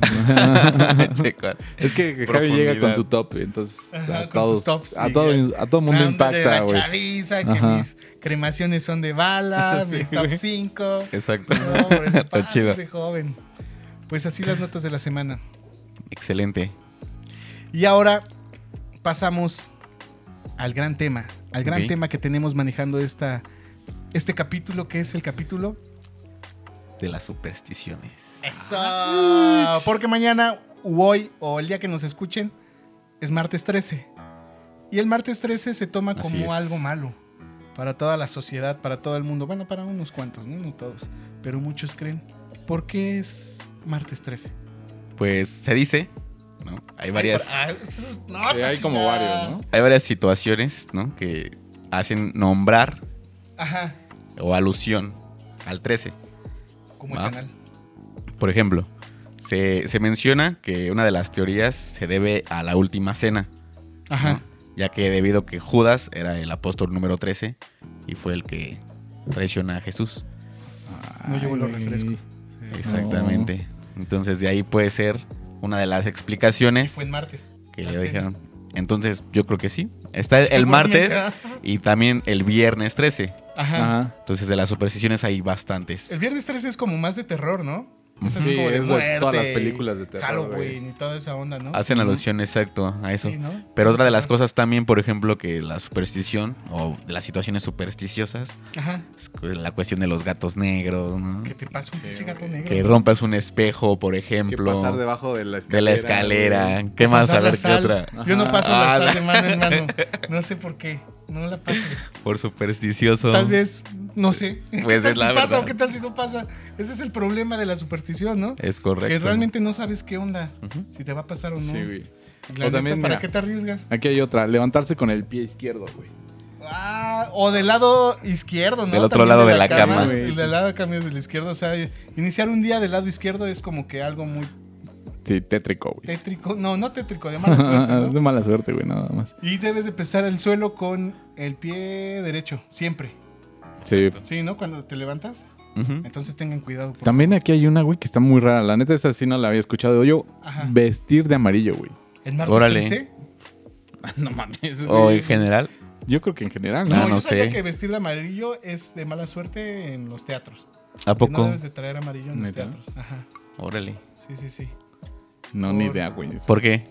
Speaker 3: Sí, cual.
Speaker 2: Es que Javi llega con su top, entonces
Speaker 1: Ajá,
Speaker 2: a
Speaker 1: con sus
Speaker 2: todos,
Speaker 1: tops
Speaker 2: a,
Speaker 1: y
Speaker 2: todo,
Speaker 1: ya.
Speaker 2: a todo mundo
Speaker 1: Hombre,
Speaker 2: impacta,
Speaker 1: la
Speaker 2: güey.
Speaker 1: chaviza, que
Speaker 2: Ajá.
Speaker 1: mis cremaciones son de balas,
Speaker 2: Sí,
Speaker 1: mis top
Speaker 2: güey.
Speaker 1: 5.
Speaker 3: Exacto.
Speaker 1: No, por eso
Speaker 3: Está chido.
Speaker 1: pásese, joven. Pues así las notas de la semana.
Speaker 3: Excelente.
Speaker 1: Y ahora pasamos al gran tema, al gran
Speaker 3: Ok.
Speaker 1: tema que tenemos manejando esta, este capítulo, que es el capítulo.
Speaker 3: De las supersticiones.
Speaker 1: Eso. Porque mañana, u hoy, o el día que nos escuchen, es martes 13. Y el martes 13 se toma
Speaker 3: Así
Speaker 1: como
Speaker 3: es.
Speaker 1: algo malo para toda la sociedad, para todo el mundo. Bueno, para unos cuantos, no, no todos. Pero muchos creen. ¿Por qué es martes 13?
Speaker 3: Pues se dice, ¿no? Hay varias,
Speaker 1: Ah, eso es- no,
Speaker 2: Sí, hay como
Speaker 1: chingada.
Speaker 2: varios, ¿no?
Speaker 3: hay varias situaciones, ¿no? Que hacen nombrar
Speaker 1: Ajá.
Speaker 3: o alusión al 13.
Speaker 1: Como
Speaker 3: Va.
Speaker 1: el canal.
Speaker 3: Por ejemplo, se, se menciona que una de las teorías se debe a la última cena,
Speaker 1: Ajá.
Speaker 3: ¿no? ya que debido a que Judas era el apóstol número 13 y fue el que traiciona a Jesús.
Speaker 1: No llevo
Speaker 2: Ay,
Speaker 1: los
Speaker 2: güey.
Speaker 1: refrescos.
Speaker 3: Exactamente. Entonces de ahí puede ser una de las
Speaker 1: Y
Speaker 3: explicaciones
Speaker 1: fue en martes.
Speaker 3: que
Speaker 1: Pues, la cena.
Speaker 3: le
Speaker 1: Pues,
Speaker 3: dijeron. Entonces yo creo que sí. Está el martes y también el viernes 13.
Speaker 1: Ajá.
Speaker 2: Ajá.
Speaker 3: Entonces de las supersticiones hay bastantes.
Speaker 1: El viernes 13 es como más de terror, ¿no? O sea,
Speaker 2: Sí,
Speaker 1: como
Speaker 2: es de todas las
Speaker 1: muerte,
Speaker 2: películas de terror. güey.
Speaker 1: Halloween y toda esa onda, ¿no?
Speaker 3: Hacen
Speaker 2: Ujú.
Speaker 3: alusión exacto a eso.
Speaker 1: Sí, ¿no?
Speaker 3: Pero otra de las cosas también, por ejemplo, que la superstición o de las situaciones supersticiosas
Speaker 1: Ajá.
Speaker 3: es cu- la cuestión de los gatos negros, ¿no?
Speaker 1: Que te pasa un
Speaker 2: Sí,
Speaker 1: pinche gato
Speaker 2: güey.
Speaker 1: negro.
Speaker 3: Que rompas un espejo, por
Speaker 2: Que
Speaker 3: ejemplo,
Speaker 2: pasar debajo de la escalera.
Speaker 3: de la escalera.
Speaker 2: güey.
Speaker 3: ¿Qué más?
Speaker 1: Pasar
Speaker 3: A
Speaker 1: la
Speaker 3: ver qué
Speaker 1: sal.
Speaker 3: otra.
Speaker 1: Yo no paso la
Speaker 3: Ah,
Speaker 1: sal
Speaker 3: la-
Speaker 1: de mano en mano. No sé por qué. No la paso.
Speaker 3: Por supersticioso.
Speaker 1: Tal vez, no sé. ¿Qué
Speaker 3: Pues
Speaker 1: tal
Speaker 3: es
Speaker 1: si
Speaker 3: la
Speaker 1: pasa
Speaker 3: verdad.
Speaker 1: o qué tal si no pasa? Ese es el problema de la superstición, ¿no?
Speaker 3: Es correcto.
Speaker 1: Que realmente no sabes qué onda.
Speaker 3: Ujú.
Speaker 1: Si te va a pasar o no.
Speaker 2: Sí, güey.
Speaker 1: La
Speaker 2: O
Speaker 1: neta,
Speaker 2: también,
Speaker 1: ¿Para
Speaker 2: mira.
Speaker 1: qué te arriesgas?
Speaker 2: Aquí hay otra, levantarse con el pie izquierdo, güey.
Speaker 1: Ah, o del lado izquierdo, ¿no?
Speaker 3: Del otro lado de la cama.
Speaker 1: El del lado cambio del izquierdo. O sea, iniciar un día del lado izquierdo es como que algo muy
Speaker 2: Sí, tétrico, güey.
Speaker 1: tétrico. No, no tétrico, de mala suerte,
Speaker 2: Es
Speaker 1: ¿no?
Speaker 2: de mala suerte, güey, nada más.
Speaker 1: Y debes de pesar el suelo con el pie derecho, siempre.
Speaker 2: Sí.
Speaker 1: Sí, ¿no? Cuando te levantas.
Speaker 3: Ujú.
Speaker 1: Entonces tengan cuidado. por-
Speaker 2: También aquí hay una, güey, que está muy rara. La neta, esa sí no la había escuchado yo.
Speaker 1: Ajá.
Speaker 2: Vestir de amarillo, güey.
Speaker 1: ¿El martes
Speaker 3: Órale.
Speaker 1: 13?
Speaker 2: no mames,
Speaker 3: O en general.
Speaker 2: Yo creo que en general,
Speaker 1: No,
Speaker 2: ¿no?
Speaker 3: Ah,
Speaker 1: yo
Speaker 3: no
Speaker 1: sabía
Speaker 3: sé.
Speaker 1: que vestir de amarillo es de mala suerte en los teatros.
Speaker 3: ¿A
Speaker 1: Que No
Speaker 3: poco?
Speaker 1: debes de traer amarillo en los
Speaker 2: ¿Neta?
Speaker 1: teatros. Ajá.
Speaker 3: Órale.
Speaker 1: Sí, sí, sí.
Speaker 2: No, ni idea, güey.
Speaker 3: ¿Por qué?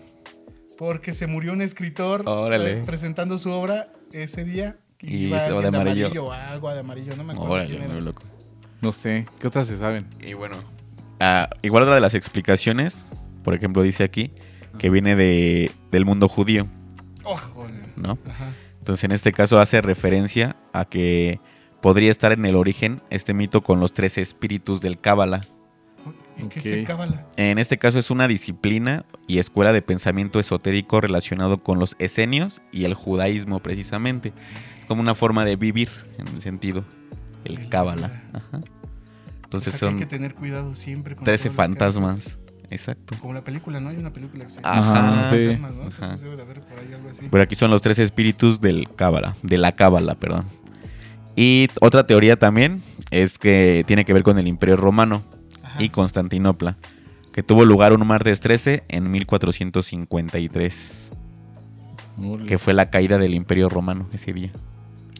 Speaker 1: Porque se murió un escritor
Speaker 3: Órale.
Speaker 1: eh, presentando su obra ese día.
Speaker 3: Y
Speaker 1: iba
Speaker 3: estaba de
Speaker 1: alguien
Speaker 3: amarillo.
Speaker 1: o algo de amarillo, no me acuerdo.
Speaker 3: Órale,
Speaker 1: quién era.
Speaker 3: muy loco.
Speaker 2: No sé. ¿Qué otras se saben?
Speaker 3: Y bueno. ah, igual otra de las explicaciones, por ejemplo, dice aquí, que viene de, del mundo judío,
Speaker 1: Ojole.
Speaker 3: ¿no?
Speaker 1: Ajá.
Speaker 3: Entonces, en este caso hace referencia a que podría estar en el origen este mito con los tres espíritus del Cábala.
Speaker 1: ¿Y qué
Speaker 2: Ok.
Speaker 1: se cábala?
Speaker 3: En este caso es una disciplina y escuela de pensamiento esotérico relacionado con los esenios y el judaísmo precisamente, como una forma de vivir en el sentido el
Speaker 1: El
Speaker 3: cábala.
Speaker 1: Kábala.
Speaker 3: Ajá.
Speaker 1: O sea,
Speaker 3: Entonces
Speaker 1: que hay que
Speaker 3: son
Speaker 1: tener cuidado siempre. Con todo lo
Speaker 3: 13
Speaker 1: que
Speaker 3: fantasmas. Exacto.
Speaker 1: hagas. Como la película, ¿no? Hay una película que se
Speaker 3: Ajá,
Speaker 1: Los
Speaker 2: sí.
Speaker 1: fantasmas, ¿no?
Speaker 3: Ajá. Pues,
Speaker 1: Entonces debe de haber por ahí algo así.
Speaker 3: Pero aquí son los tres espíritus del cábala, de la cábala, perdón. Y otra teoría también es que tiene que ver con el Imperio Romano
Speaker 1: Ajá.
Speaker 3: y Constantinopla, que tuvo lugar un martes 13 en 1453. que fue la caída del Imperio Romano ese día.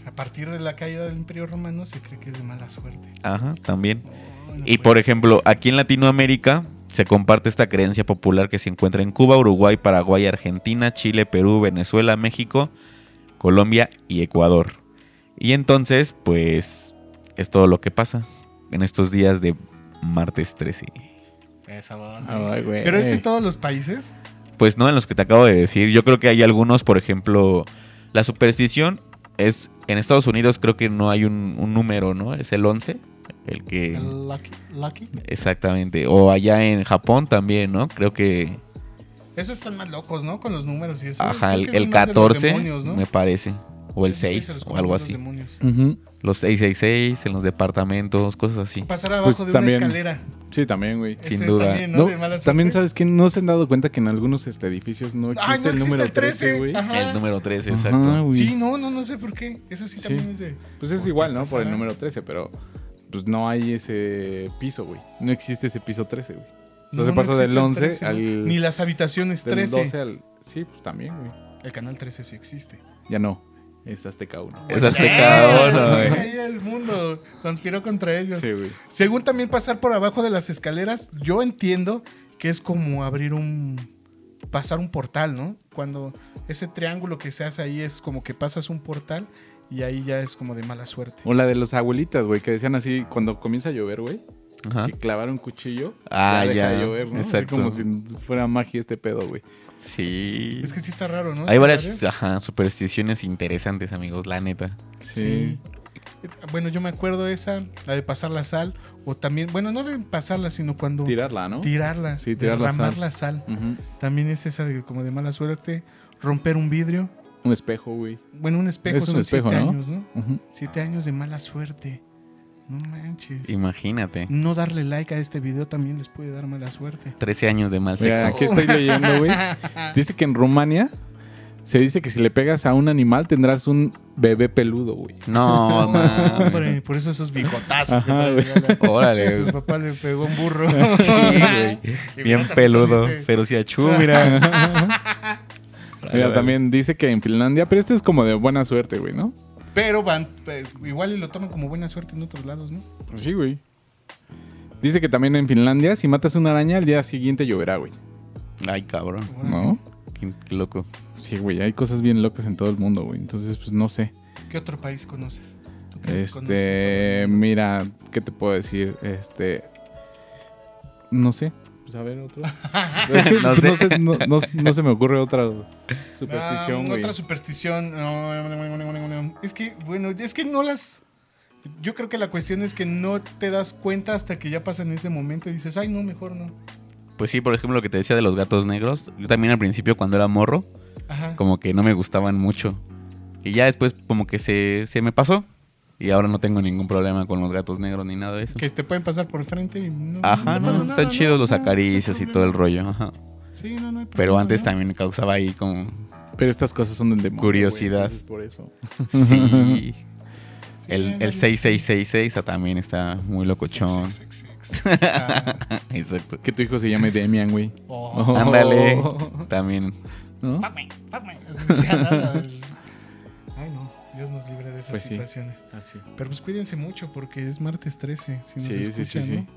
Speaker 1: A partir de la caída del Imperio Romano se cree que es de mala suerte.
Speaker 3: Ajá, también.
Speaker 1: Oh, no
Speaker 3: Y
Speaker 1: puede
Speaker 3: por
Speaker 1: ser.
Speaker 3: ejemplo, aquí en Latinoamérica se comparte esta creencia popular que se encuentra en Cuba, Uruguay, Paraguay, Argentina, Chile, Perú, Venezuela, México, Colombia y Ecuador. Y entonces, pues, Es todo lo que pasa en estos días de martes 13.
Speaker 4: Esa voz.
Speaker 3: Ah,
Speaker 2: Ay, Ah, güey.
Speaker 1: Pero es en todos los países.
Speaker 3: Pues no, en los que te acabo de decir. Yo creo que hay algunos, por ejemplo, la superstición es. En Estados Unidos creo que no hay un, un número, ¿no? Es el 11. El que.
Speaker 4: El Lucky. Lucky.
Speaker 3: Exactamente. O allá en Japón también, ¿no? Creo que.
Speaker 1: Eso están más locos, ¿no? Con los números y eso. Creo
Speaker 3: Ajá, el,
Speaker 1: que
Speaker 3: el
Speaker 1: son más de los
Speaker 3: 14,
Speaker 1: demonios, ¿no?
Speaker 3: me parece. O el
Speaker 1: Sí, se
Speaker 3: 6,
Speaker 1: los
Speaker 3: o algo
Speaker 1: comen los
Speaker 3: así.
Speaker 1: demonios.
Speaker 2: Ujú.
Speaker 3: Los 666 en los departamentos, cosas así.
Speaker 1: Pasar abajo
Speaker 2: Pues
Speaker 1: de
Speaker 2: también.
Speaker 1: una escalera.
Speaker 2: Sí, también, güey.
Speaker 3: Sin
Speaker 1: Ese es
Speaker 3: duda.
Speaker 1: También, ¿no?
Speaker 2: No,
Speaker 1: De mala
Speaker 2: también
Speaker 1: suerte.
Speaker 2: sabes que no se han dado cuenta que en algunos este, edificios no existe,
Speaker 1: Ay, no
Speaker 2: el número
Speaker 1: existe el 13,
Speaker 2: 13, güey.
Speaker 1: ajá.
Speaker 3: El número 13,
Speaker 2: Ajá,
Speaker 3: exacto.
Speaker 2: güey.
Speaker 1: Sí, no, no, no sé por qué. Eso sí,
Speaker 2: Sí.
Speaker 1: también es de.
Speaker 2: Pues es
Speaker 1: ¿Por
Speaker 2: igual,
Speaker 1: qué
Speaker 2: ¿no? Por el
Speaker 1: pasará?
Speaker 2: número 13, pero pues no hay ese piso, güey. No existe ese piso 13, güey. O sea,
Speaker 1: No,
Speaker 2: se
Speaker 1: no
Speaker 2: pasa
Speaker 1: existe
Speaker 2: del
Speaker 1: el
Speaker 2: 11
Speaker 1: 13, ¿no?
Speaker 2: al
Speaker 1: Ni las habitaciones
Speaker 2: del
Speaker 1: 13.
Speaker 2: 12 al Sí, pues también, güey.
Speaker 1: El canal 13 sí existe.
Speaker 2: Ya no. Es Azteca 1.
Speaker 3: Es Azteca uno,
Speaker 1: Ay,
Speaker 3: güey.
Speaker 1: El mundo conspiró contra ellos.
Speaker 2: Sí, güey.
Speaker 1: Según también pasar por abajo de las escaleras, yo entiendo que es como abrir un. pasar un portal, ¿no? Cuando ese triángulo que se hace ahí es como que pasas un portal y ahí ya es como de mala suerte.
Speaker 2: O la de los abuelitas, güey, que decían así cuando comienza a llover, güey,
Speaker 3: Ajá.
Speaker 1: Ah.
Speaker 2: que clavar un cuchillo
Speaker 3: Ah,
Speaker 2: ya deja
Speaker 3: ya,
Speaker 2: de llover, ¿no? Así
Speaker 3: exacto.
Speaker 2: como si fuera magia este pedo, güey.
Speaker 3: Sí.
Speaker 1: Es que sí está raro, ¿no?
Speaker 3: Hay
Speaker 1: Está
Speaker 3: varias
Speaker 1: raro.
Speaker 3: ajá, supersticiones interesantes, amigos, la neta.
Speaker 1: Sí. Bueno, yo me acuerdo esa, la de pasar la sal, o también, bueno, no de pasarla, sino cuando
Speaker 2: Tirarla, ¿no?
Speaker 1: tirarla,
Speaker 2: Sí, tirar la
Speaker 1: derramar
Speaker 2: sal.
Speaker 1: la sal.
Speaker 2: Ujú.
Speaker 1: También es esa de, como de mala suerte, romper un vidrio,
Speaker 2: Un espejo, güey.
Speaker 1: bueno, un espejo,
Speaker 2: Es un
Speaker 1: son
Speaker 2: espejo,
Speaker 1: siete
Speaker 2: ¿no?
Speaker 1: años, ¿no?
Speaker 2: Ujú.
Speaker 1: Siete años de mala suerte. No manches.
Speaker 3: Imagínate.
Speaker 1: No darle like a este video también les puede dar mala suerte.
Speaker 3: 13 años de mal
Speaker 2: Mira,
Speaker 3: sexo.
Speaker 2: aquí estoy leyendo, güey. Dice que en Rumania se dice que si le pegas a un animal tendrás un bebé peludo, güey.
Speaker 3: No, mames.
Speaker 1: Hombre, por eso esos bigotazos. que
Speaker 2: Ah, Ajá,
Speaker 1: trae
Speaker 2: güey.
Speaker 1: Viola.
Speaker 3: Órale.
Speaker 1: Su papá le pegó un burro.
Speaker 3: Sí, güey.
Speaker 1: Y
Speaker 3: Bien
Speaker 1: bueno,
Speaker 3: peludo.
Speaker 1: también
Speaker 3: Pero si achú, mira.
Speaker 2: Mira, también dice que en Finlandia, pero este es como de buena suerte, güey, ¿no?
Speaker 1: Pero van, eh, igual y lo toman como buena suerte en otros lados, ¿no?
Speaker 2: Pues Sí, güey. Dice que también en Finlandia, si matas una araña, al día siguiente lloverá, güey.
Speaker 3: Ay, cabrón.
Speaker 2: ¿No?
Speaker 3: Qué, qué loco.
Speaker 2: Sí, güey, hay cosas bien locas en todo el mundo, güey. Entonces, pues no sé.
Speaker 1: ¿Qué otro país conoces? ¿Tú qué conoces Ah,
Speaker 2: Este, mira, ¿qué te puedo decir? Este, no sé. Pues a ver, otro. Es que, pues,
Speaker 3: No
Speaker 2: no,
Speaker 3: sé.
Speaker 2: sé, no- no- no se me ocurre otra
Speaker 1: tú?
Speaker 2: superstición,
Speaker 1: Ah,
Speaker 2: güey.
Speaker 1: otra superstición. No, Es que, bueno, es que no las... Yo creo que la cuestión es que no te das cuenta hasta que ya pasa en ese momento y dices, ay, no, mejor no.
Speaker 3: Pues sí, por ejemplo, lo que te decía de los gatos negros. Yo también al principio, cuando era morro,
Speaker 1: Ajá.
Speaker 3: como que no me gustaban mucho. Y ya después, como que se, se me pasó. Y ahora no tengo ningún problema con los gatos negros ni nada de eso.
Speaker 1: Que te pueden pasar por frente y no.
Speaker 3: Ajá, no,
Speaker 1: pasa
Speaker 3: están
Speaker 1: nada,
Speaker 3: chidos
Speaker 1: ¿no?
Speaker 3: los
Speaker 1: O sea, no hay
Speaker 3: acaricias y todo el
Speaker 1: problema.
Speaker 3: rollo. Ajá.
Speaker 1: Sí, no, no hay
Speaker 3: Pero
Speaker 1: problema,
Speaker 3: antes
Speaker 1: ¿no?
Speaker 3: también me causaba ahí como
Speaker 2: Pero estas cosas son del demonio.
Speaker 3: Curiosidad.
Speaker 2: güey, entonces por eso.
Speaker 3: Sí.
Speaker 1: Sí,
Speaker 3: El,
Speaker 1: ándale.
Speaker 3: el 6666 ah, también está muy locochón.
Speaker 1: Sex, sex, sex, sex. Ah,
Speaker 3: Exacto.
Speaker 2: Que tu hijo se llame Demian, güey.
Speaker 1: oh,
Speaker 3: Ándale. También.
Speaker 2: ¿No?
Speaker 1: fuck me, fuck me. O sea, nada. Ay, no. Dios nos libre de esas
Speaker 2: Pues sí.
Speaker 1: situaciones.
Speaker 2: Así.
Speaker 1: Pero pues cuídense mucho porque es martes 13. Si nos
Speaker 2: Sí, sí, sí,
Speaker 1: escuchan,
Speaker 2: sí.
Speaker 1: ¿no?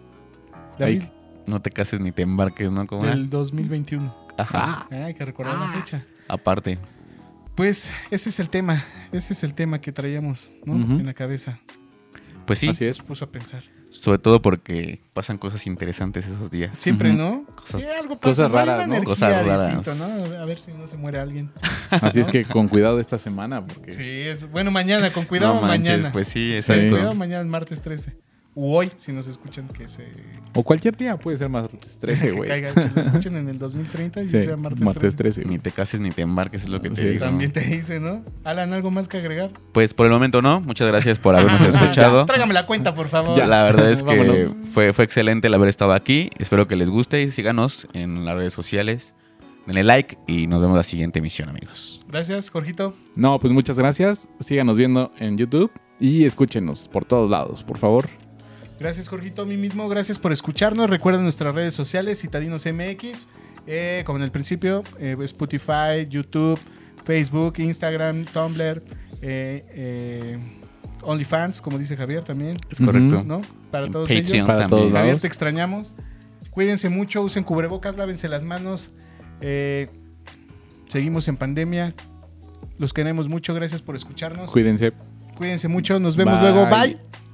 Speaker 1: De abril
Speaker 3: Ay, no te cases ni te embarques, ¿no? Como era.
Speaker 1: del 2021.
Speaker 3: Ajá.
Speaker 1: Ah, hay que recordar la fecha.
Speaker 3: Aparte.
Speaker 1: Pues ese es el tema. Ese es el tema que traíamos ¿no?
Speaker 2: Ujú.
Speaker 1: en la cabeza.
Speaker 3: Pues sí,
Speaker 2: Así
Speaker 1: Nos
Speaker 2: es.
Speaker 1: puso a pensar.
Speaker 3: sobre todo porque pasan cosas interesantes esos días.
Speaker 1: Siempre,
Speaker 2: Ujú.
Speaker 1: ¿no?
Speaker 3: Cosas-
Speaker 1: Sí, algo
Speaker 2: cosas
Speaker 1: ¿no? Hay
Speaker 2: raras,
Speaker 1: una
Speaker 2: ¿no?
Speaker 1: energía
Speaker 3: Cosas raras.
Speaker 1: distinta, ¿no? A ver si no se muere alguien.
Speaker 2: Así es que con cuidado esta semana, porque
Speaker 1: Sí, es, bueno, mañana, con cuidado
Speaker 3: No manches,
Speaker 1: mañana.
Speaker 3: Pues sí,
Speaker 1: Sí,
Speaker 3: exacto.
Speaker 1: cuidado mañana, el martes 13. U hoy, si nos escuchan que se...
Speaker 2: o cualquier día puede ser más 13,
Speaker 1: que
Speaker 2: güey.
Speaker 1: caiga, que lo escuchen en el 2030 y
Speaker 2: Sí,
Speaker 1: sea martes, 13.
Speaker 2: 13.
Speaker 3: Ni
Speaker 2: güey.
Speaker 3: te cases ni te embarques, es lo que te
Speaker 2: Sí,
Speaker 3: digo.
Speaker 1: También te dice, ¿no? Alan, ¿algo más que agregar?
Speaker 3: Pues por el momento no. Muchas gracias por habernos escuchado.
Speaker 1: Tráigame la cuenta, por favor.
Speaker 3: Ya, la verdad es que
Speaker 2: Vámonos.
Speaker 3: fue, fue excelente el haber estado aquí. Espero que les guste y síganos en las redes sociales. Denle like y nos vemos la siguiente emisión, amigos.
Speaker 1: Gracias, Jorgito.
Speaker 2: No, pues muchas gracias. Síganos viendo en YouTube y escúchenos por todos lados, por favor.
Speaker 1: Gracias, Jorgito. A mí mismo, gracias por escucharnos. Recuerden nuestras redes sociales, Citadinos MX, eh, como en el principio, eh, Spotify, YouTube, Facebook, Instagram, Tumblr, eh, eh, OnlyFans, como dice Javier también,
Speaker 3: Es correcto.
Speaker 1: ¿no? Para
Speaker 3: En
Speaker 1: todos
Speaker 3: Patreon
Speaker 1: ellos. Eh,
Speaker 2: Para todos
Speaker 3: también.
Speaker 1: Javier,
Speaker 2: lados.
Speaker 1: te extrañamos. Cuídense mucho, usen cubrebocas, lávense las manos. Eh, seguimos en pandemia. Los queremos mucho, gracias por escucharnos.
Speaker 2: Cuídense.
Speaker 1: Cuídense mucho, nos vemos
Speaker 2: Bye.
Speaker 1: luego. Bye.